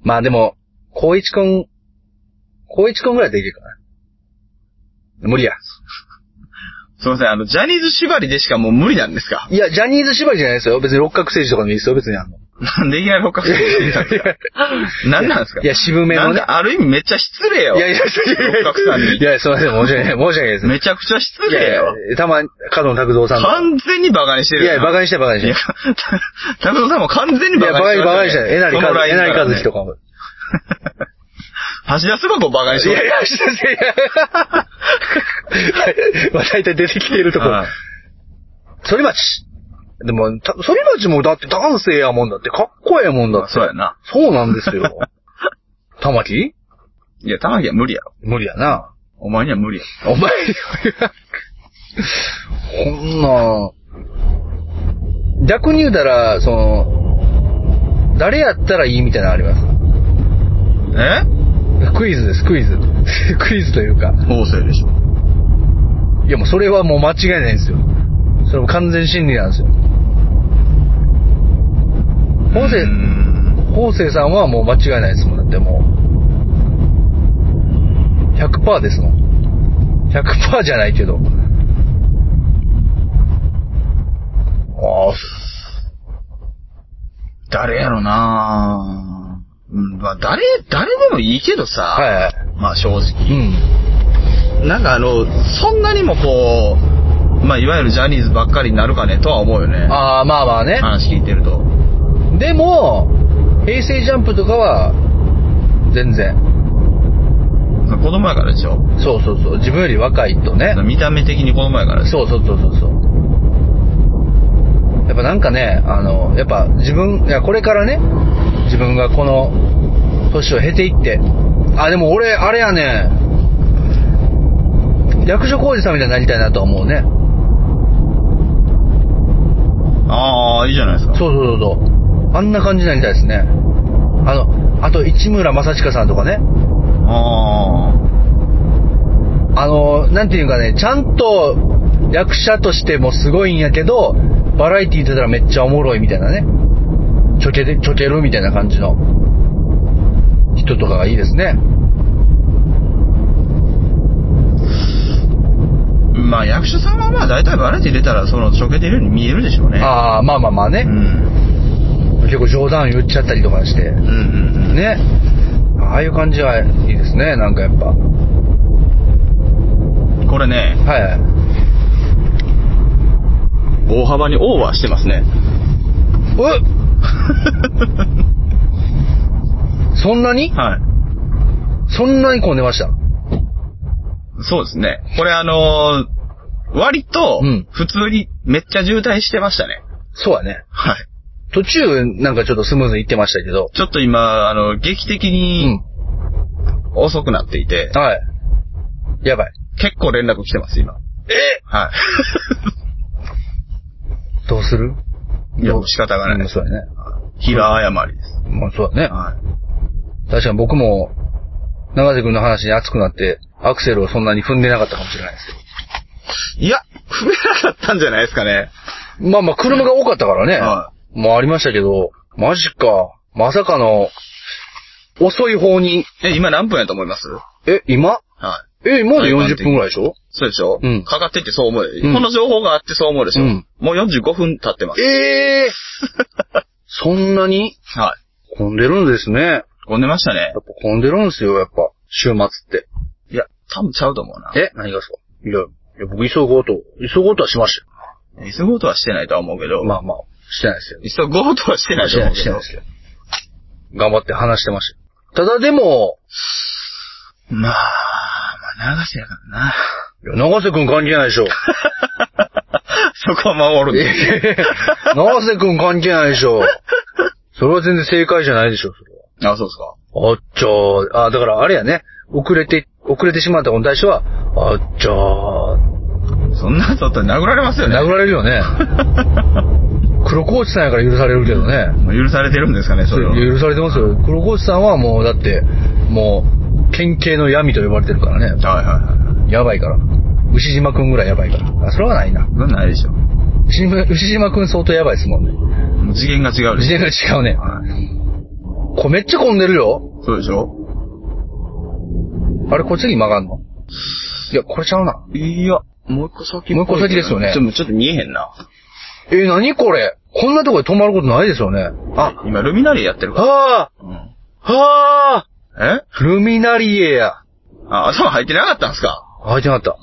まあでも、光一くん、光一くんぐらいできるかな。無理や。すいません、あの、ジャニーズ縛りでしかもう無理なんですかいや、ジャニーズ縛りじゃないですよ。別に六角政治とかでもいいですよ、別にあんの。なんでいきなり北海道に行 ったんですか何なんですかいや、渋めなのんね。かある意味めっちゃ失礼よ。いやいや、いやいや六角さんにいや、すいません、申し訳ない、申し訳ないです。めちゃくちゃ失いや礼いよ。や、たまに、角野拓造さんとか完全にバカにしてるいよや、馬鹿にして、馬鹿にしいてや。、たぶんさんも完全にいや、バカ馬に鹿してましに、馬たね鹿にしてない。えなりそのかライず、えンなりからかねずきとかも。橋田すば子バカにしいてまやしいや、先生。まあ、大体出てきているとたころ。反町。でも、た反町もだって男性やもんだって、かっこええもんだうんって。そうやな。そうなんです よ。玉木いや、玉木は無理やろ。無理やな。お前には無理や。お前、こんな、逆に言うたら、その、誰やったらいいみたいなのありまえす。クイズです、クイズ。 クイズというか。法政でしょ。いやもうそれはもう間違いないんですよ。それも完全真理なんですよ。法うー政、ん法政さんはもう間違いないですもん。だってもう、100%ですもん。 100%じゃないけど。ああ、誰やろなうん、まあ、誰、誰でもいいけどさ、はいはい。まあ正う直。ん。なんかあの、そんなにもこう、まあいわゆるジャニーズばっかりになるかねとは思うよね。ああ、まあまあね。話聞いてると。でも、平成ジャンプとかは、全然。まあ子供やからでしょ。そうそうそう。自分より若いとね。見た目的に子供やからでしょ。そうそうそうそうそう。やっぱなんかね、あの、やっぱ自分、いや、これからね、自分がこの、年を経ていって。あ、でも俺、あれやね、役所広司さんみたいになりたいなとは思うね。ああ、いいじゃないですか。そうそうそうそう。あんな感じになりたいですね。あの、あと市村正親さんとかね。ああの、なんていうかね、ちゃんと役者としてもすごいんやけど、バラエティー出たらめっちゃおもろいみたいなね。ちょけで、ちょけるみたいな感じの人とかがいいですね。あ。まあ役者さんはまあ大体バラエティ出たら、その、ちょけてるように見えるでしょうね。ああ、まあまあまあうね。ん。結構冗談言っちゃったりとかしてう。んうんうん。。ね。ああいう感じはいいですね、なんかやっぱ。はこれね、い。大幅にオーバーしてますね。うっそんなに はい。そんなにこう寝ました。そうですね。これあのー割とうん、普通にめっちゃ渋滞してましたね。そうやね。はい。途中なんかちょっとスムーズにいってましたけど。ちょっと今、あの、劇的うにん。遅くなっていて、はい。やばい。結構連絡来てます、今。えはどうする い。いや、もう仕方がないうんです。そうやね。平誤りです。まあそうだね。はい。確かに僕も、長瀬くんの話に熱くなって、アクセルをそんなに踏んでなかったかもしれないですいや、増えなかったんじゃないですかね。よ。まあまあ、車が多かったからね。はもうありましたけど、マジか。まさかの、遅い方に、え、今何分やと思いますえ、今はい。え、今ではい40分ぐらいでしょそうでしょうんかかってってそう思う。んこの情報があってそう思うでしょうんもう45分経ってます。ええ そんなにはい。混んでるんですね。やっ混んでましたねぱ。混んでるんですよ、やっぱ。週末って。いや、多分ちゃうと思うな。え何がですかいや、いや僕急ごうと、急ごうとはしまし急ごうとはしてないとは思うけたど。よ。まあまあ、してないですよ。急ごうとはしてないしとてな思うい、しけてなどいで。すよ。頑張って話してましたよ。ただでも、まあ、まあ、流せやからな。 いや長瀬くん関係ないでしょ。そこは守るね。 長瀬くん関係ないでしょ。それは全然正解じゃないでしょ、それは。あ、そうですか。あっちょー、あ、だからあれやね、遅れて、遅れてしまったこの対象は、あっちょー、そんな人って殴られますよね。殴られるよ ね。黒コーチさんやから許されるけどね。もう許されてるんですかね、それは。許されてますよ。黒越さんはもう、だって、もう、県警の闇と呼ばれてるからね。はいはいはい。やばいから。牛島くんぐらいやばいから。あ、それはないな。そんなんないでしょ。も牛島牛島くん相当やばいですもんね。う次元が違うで時し点が違うねょ。。はい。これめっちゃ混んでるよ。そうでしょあれ、こっちに曲がんのいや、これちゃうな。いや、もう一個先っぽいもう一個先ですよねちょちょっと見えへんな。えー、なにこれこんなとこで止まることないですよね。あ、今、ルミナリーやってるから。はうんあはあえルミナリエや。あ、頭入ってなかったんです かあ、入ってなか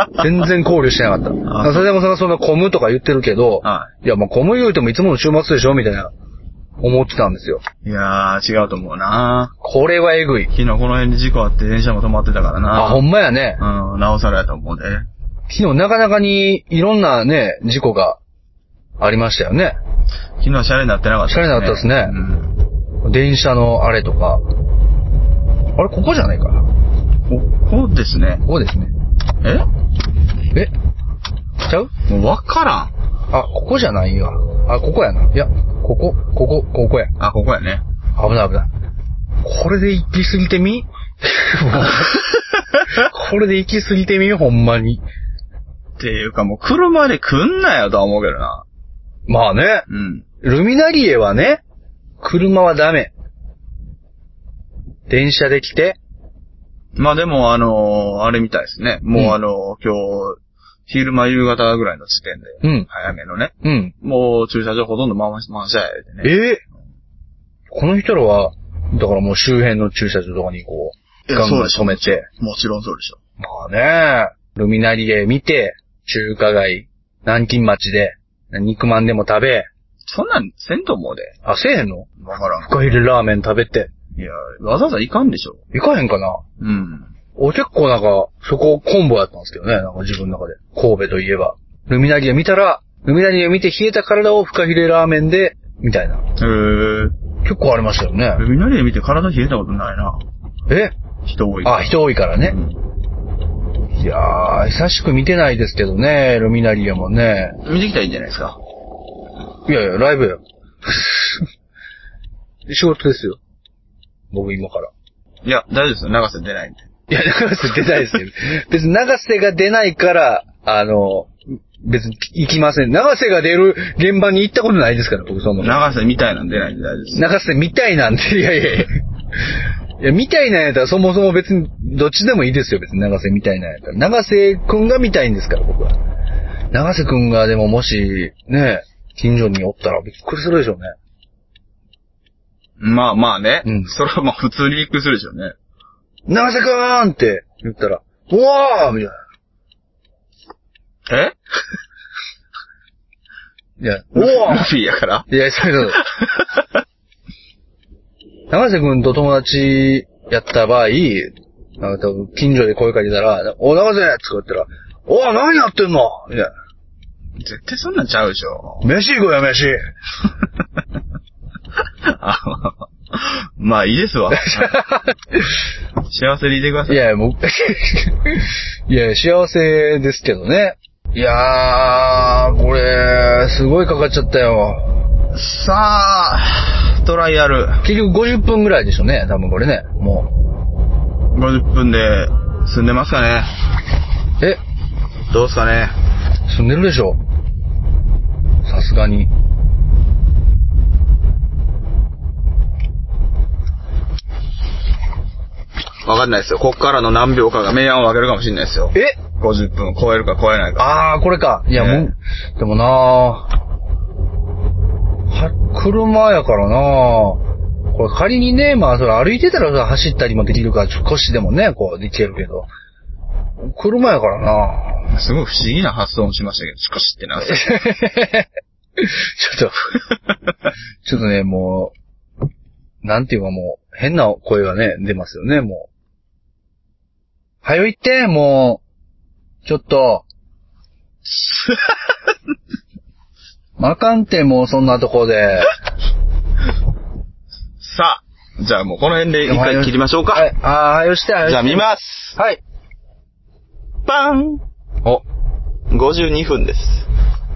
った。全然考慮してなかった。あ笹山さんがそんな混むとか言ってるけど、、はいや、まあ混む言うてもいつもの週末でしょみたいな、思ってたんですよ。いやー、違うと思うなこれはえぐい。昨日この辺に事故あって電車も止まってたからあ、なほんまやね。うん、なおさらやと思うで。昨日なかなかにいろんなね、事故がありましたよね。昨日はシャレになってなかった、シャレになったですねうん。電車のあれとか。あれ、ここじゃないかな。ここですね。ここですね。ええちゃうもうわからん。あ、ここじゃないよ。あ、ここやな。いや、ここ、ここ、ここや。あ、ここやね。危ない危ない。これで行き過ぎてみもうこれで行き過ぎてみほんまに。っていうかもう車で来んなよとは思うけどな。まあね、うん。ルミナリエはね、車はダメ。電車で来て、まあでも、あの、あれみたいですね。うもんうあの、今日、昼間夕方ぐらいの時点で、うん。早めのね。うん。もう駐車場ほとんど満車満車やでね。ええこの人らは、だからもう周辺の駐車場とかにこう、いやガンそうガンでし止ょめて、もちろんそうでしょ。まあね、ルミナリエ見て、中華街、南京町で、肉まんでも食べ、そんなんせんと思うで。あ、せえへんのわからん。フカヒレラーメン食べて、いや、わざわざ行かんでしょ。行かへんかなうん。俺結構なんか、そこコンボやったんですけどね、なんか自分の中で。神戸といえば。ルミナリエ見たら、ルミナリエ見て冷えた体をフカヒレラーメンで、みたいな。へえ。結構ありましたよね。ルミナリエ見て体冷えたことないな。え人多いから。あ、人多いからねう。んいやー、久しく見てないですけどね、ルミナリエもね。見てきたらいいんじゃないですか。いやいや、ラ イブよ。仕事ですよ。僕今から。いや、大丈夫ですよ。長瀬出ないんで。いや、長瀬出ないですよ。 別に長瀬が出ないから、あの、別に行きません。長瀬が出る現場に行ったことないですから、僕その。長瀬みたいなん出ないんで大丈夫です。長瀬みたいなんて、いやいやいや。いや、みたいなんやったらそもそも別に、どっちでもいいですよ、別に長瀬みたいなんやったら。長瀬くんが見たいんですから、僕は。長瀬くんがでももし、ね、近所におったらびっくりするでしょうね。まあまあね。うんそれはまあ普通にびっくりするでしょうね。長瀬くーんって言ったら、うわーみたいな。えいや、おうわルフィやからーいや、そういうこと。長瀬くんと友達やった場合、なんか多分近所で声かけたら、お、長瀬って言ったら、おー何やってんのみたいな。絶対そんなんちゃうでしょ。飯行こうよ、飯。あ まあいいですわ。幸せにいてくださ いい。や、もう、いや、幸せですけどね。いやー、これ、すごいかかっちゃったよ。さあ、トライアル。結局50分ぐらいでしょうね、多分これね。も50分で済んでますかねう。え、どうすかね住んでるでしょさすがに。わかんないですよ。こっからの何秒かが明暗を分けるかもしれないですよ。え50分超えるか超えないか。あー、これか。いや、もねう、でもなー。は、車やからなー。これ仮にね、まあ、それ歩いてたらさ走ったりもできるから、少しでもね、こう、できるけど。車やからなー。すごい不思議な発音しましたけど、少しってな。 ちょっと、ちょっと ね、もう、なんていうかもう、変な声がね、出ますよね、もう。はよ行って、もう、ちょっと。 まあかんて、もうそんなとこで。さあ、じゃあもうこの辺で一回切りましょうか。はい、ああ、はよして、はよしてじゃあ見ます。はい。パンお、 !52 分です。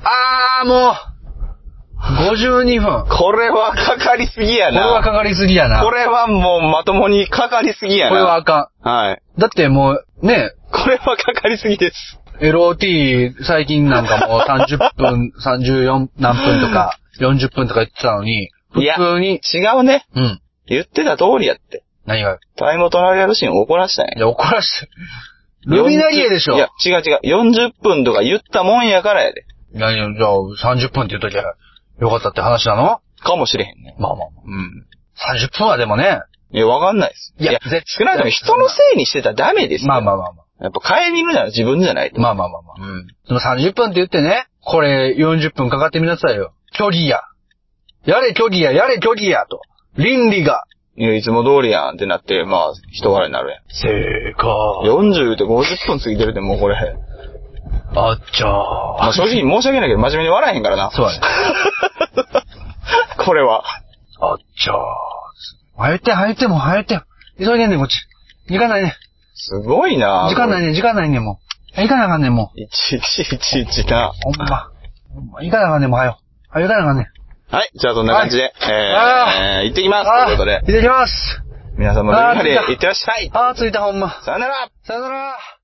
ああ、も う、52分。これはかかりすぎやこれはかな。かりすぎやな。これはもうまともにかかりすぎやな。これはあかはい。ん。だってもう、ね、これはかかりすぎです。 LOT 最近なんかもう30分、34何分とか、40分とか言ってたのに、普いや通に、違うね。うん。言ってた通りやって。何が、タイムトライアルシーンを怒らしたんいや。や、怒らして、ルミナリエでしょいや、違う違う。40分とか言ったもんやからやで。何をじゃあ30分って言うときゃ、よかったって話なのまあかもしれへんね。まあまあ。うん。 30分はでもね、いや、わかんないです。いや絶対少なくとも人のせいにしてたらダメですよ。まあまあまあまあ。やっぱ変えにいるなら自分じゃないと。まあまあまあまあ。うん。でも30分って言ってね、これ40分かかってみなさいよ。距離や。やれ距離や、やれ距離や、と。倫理が。いや、いつも通りやんってなって、まあ、人柄になるやん。正解。 40って50分過ぎてるってもうこれ。あっちゃまあー。正直申し訳ないけど、真面目に笑えへんからな。そうやね。 これは。あっちゃー。早いて、早いて、もう早いて。急いでんねん、こっち。時間ないね。すごいな時間ないね。ね、時間ないね、もう。行かなあかんねん、もいちいちいちいちな。う。ほんま。ほんま行かなあかんねん、もう早よ。早よ行かなあかんねん。はい、じゃあそんな感じで、あえー、行ってきますあということでー、い、ただきます。皆様ルミナリエあー着いた行ってらっしゃいあー、着いた、ほんま。さよならさよなら。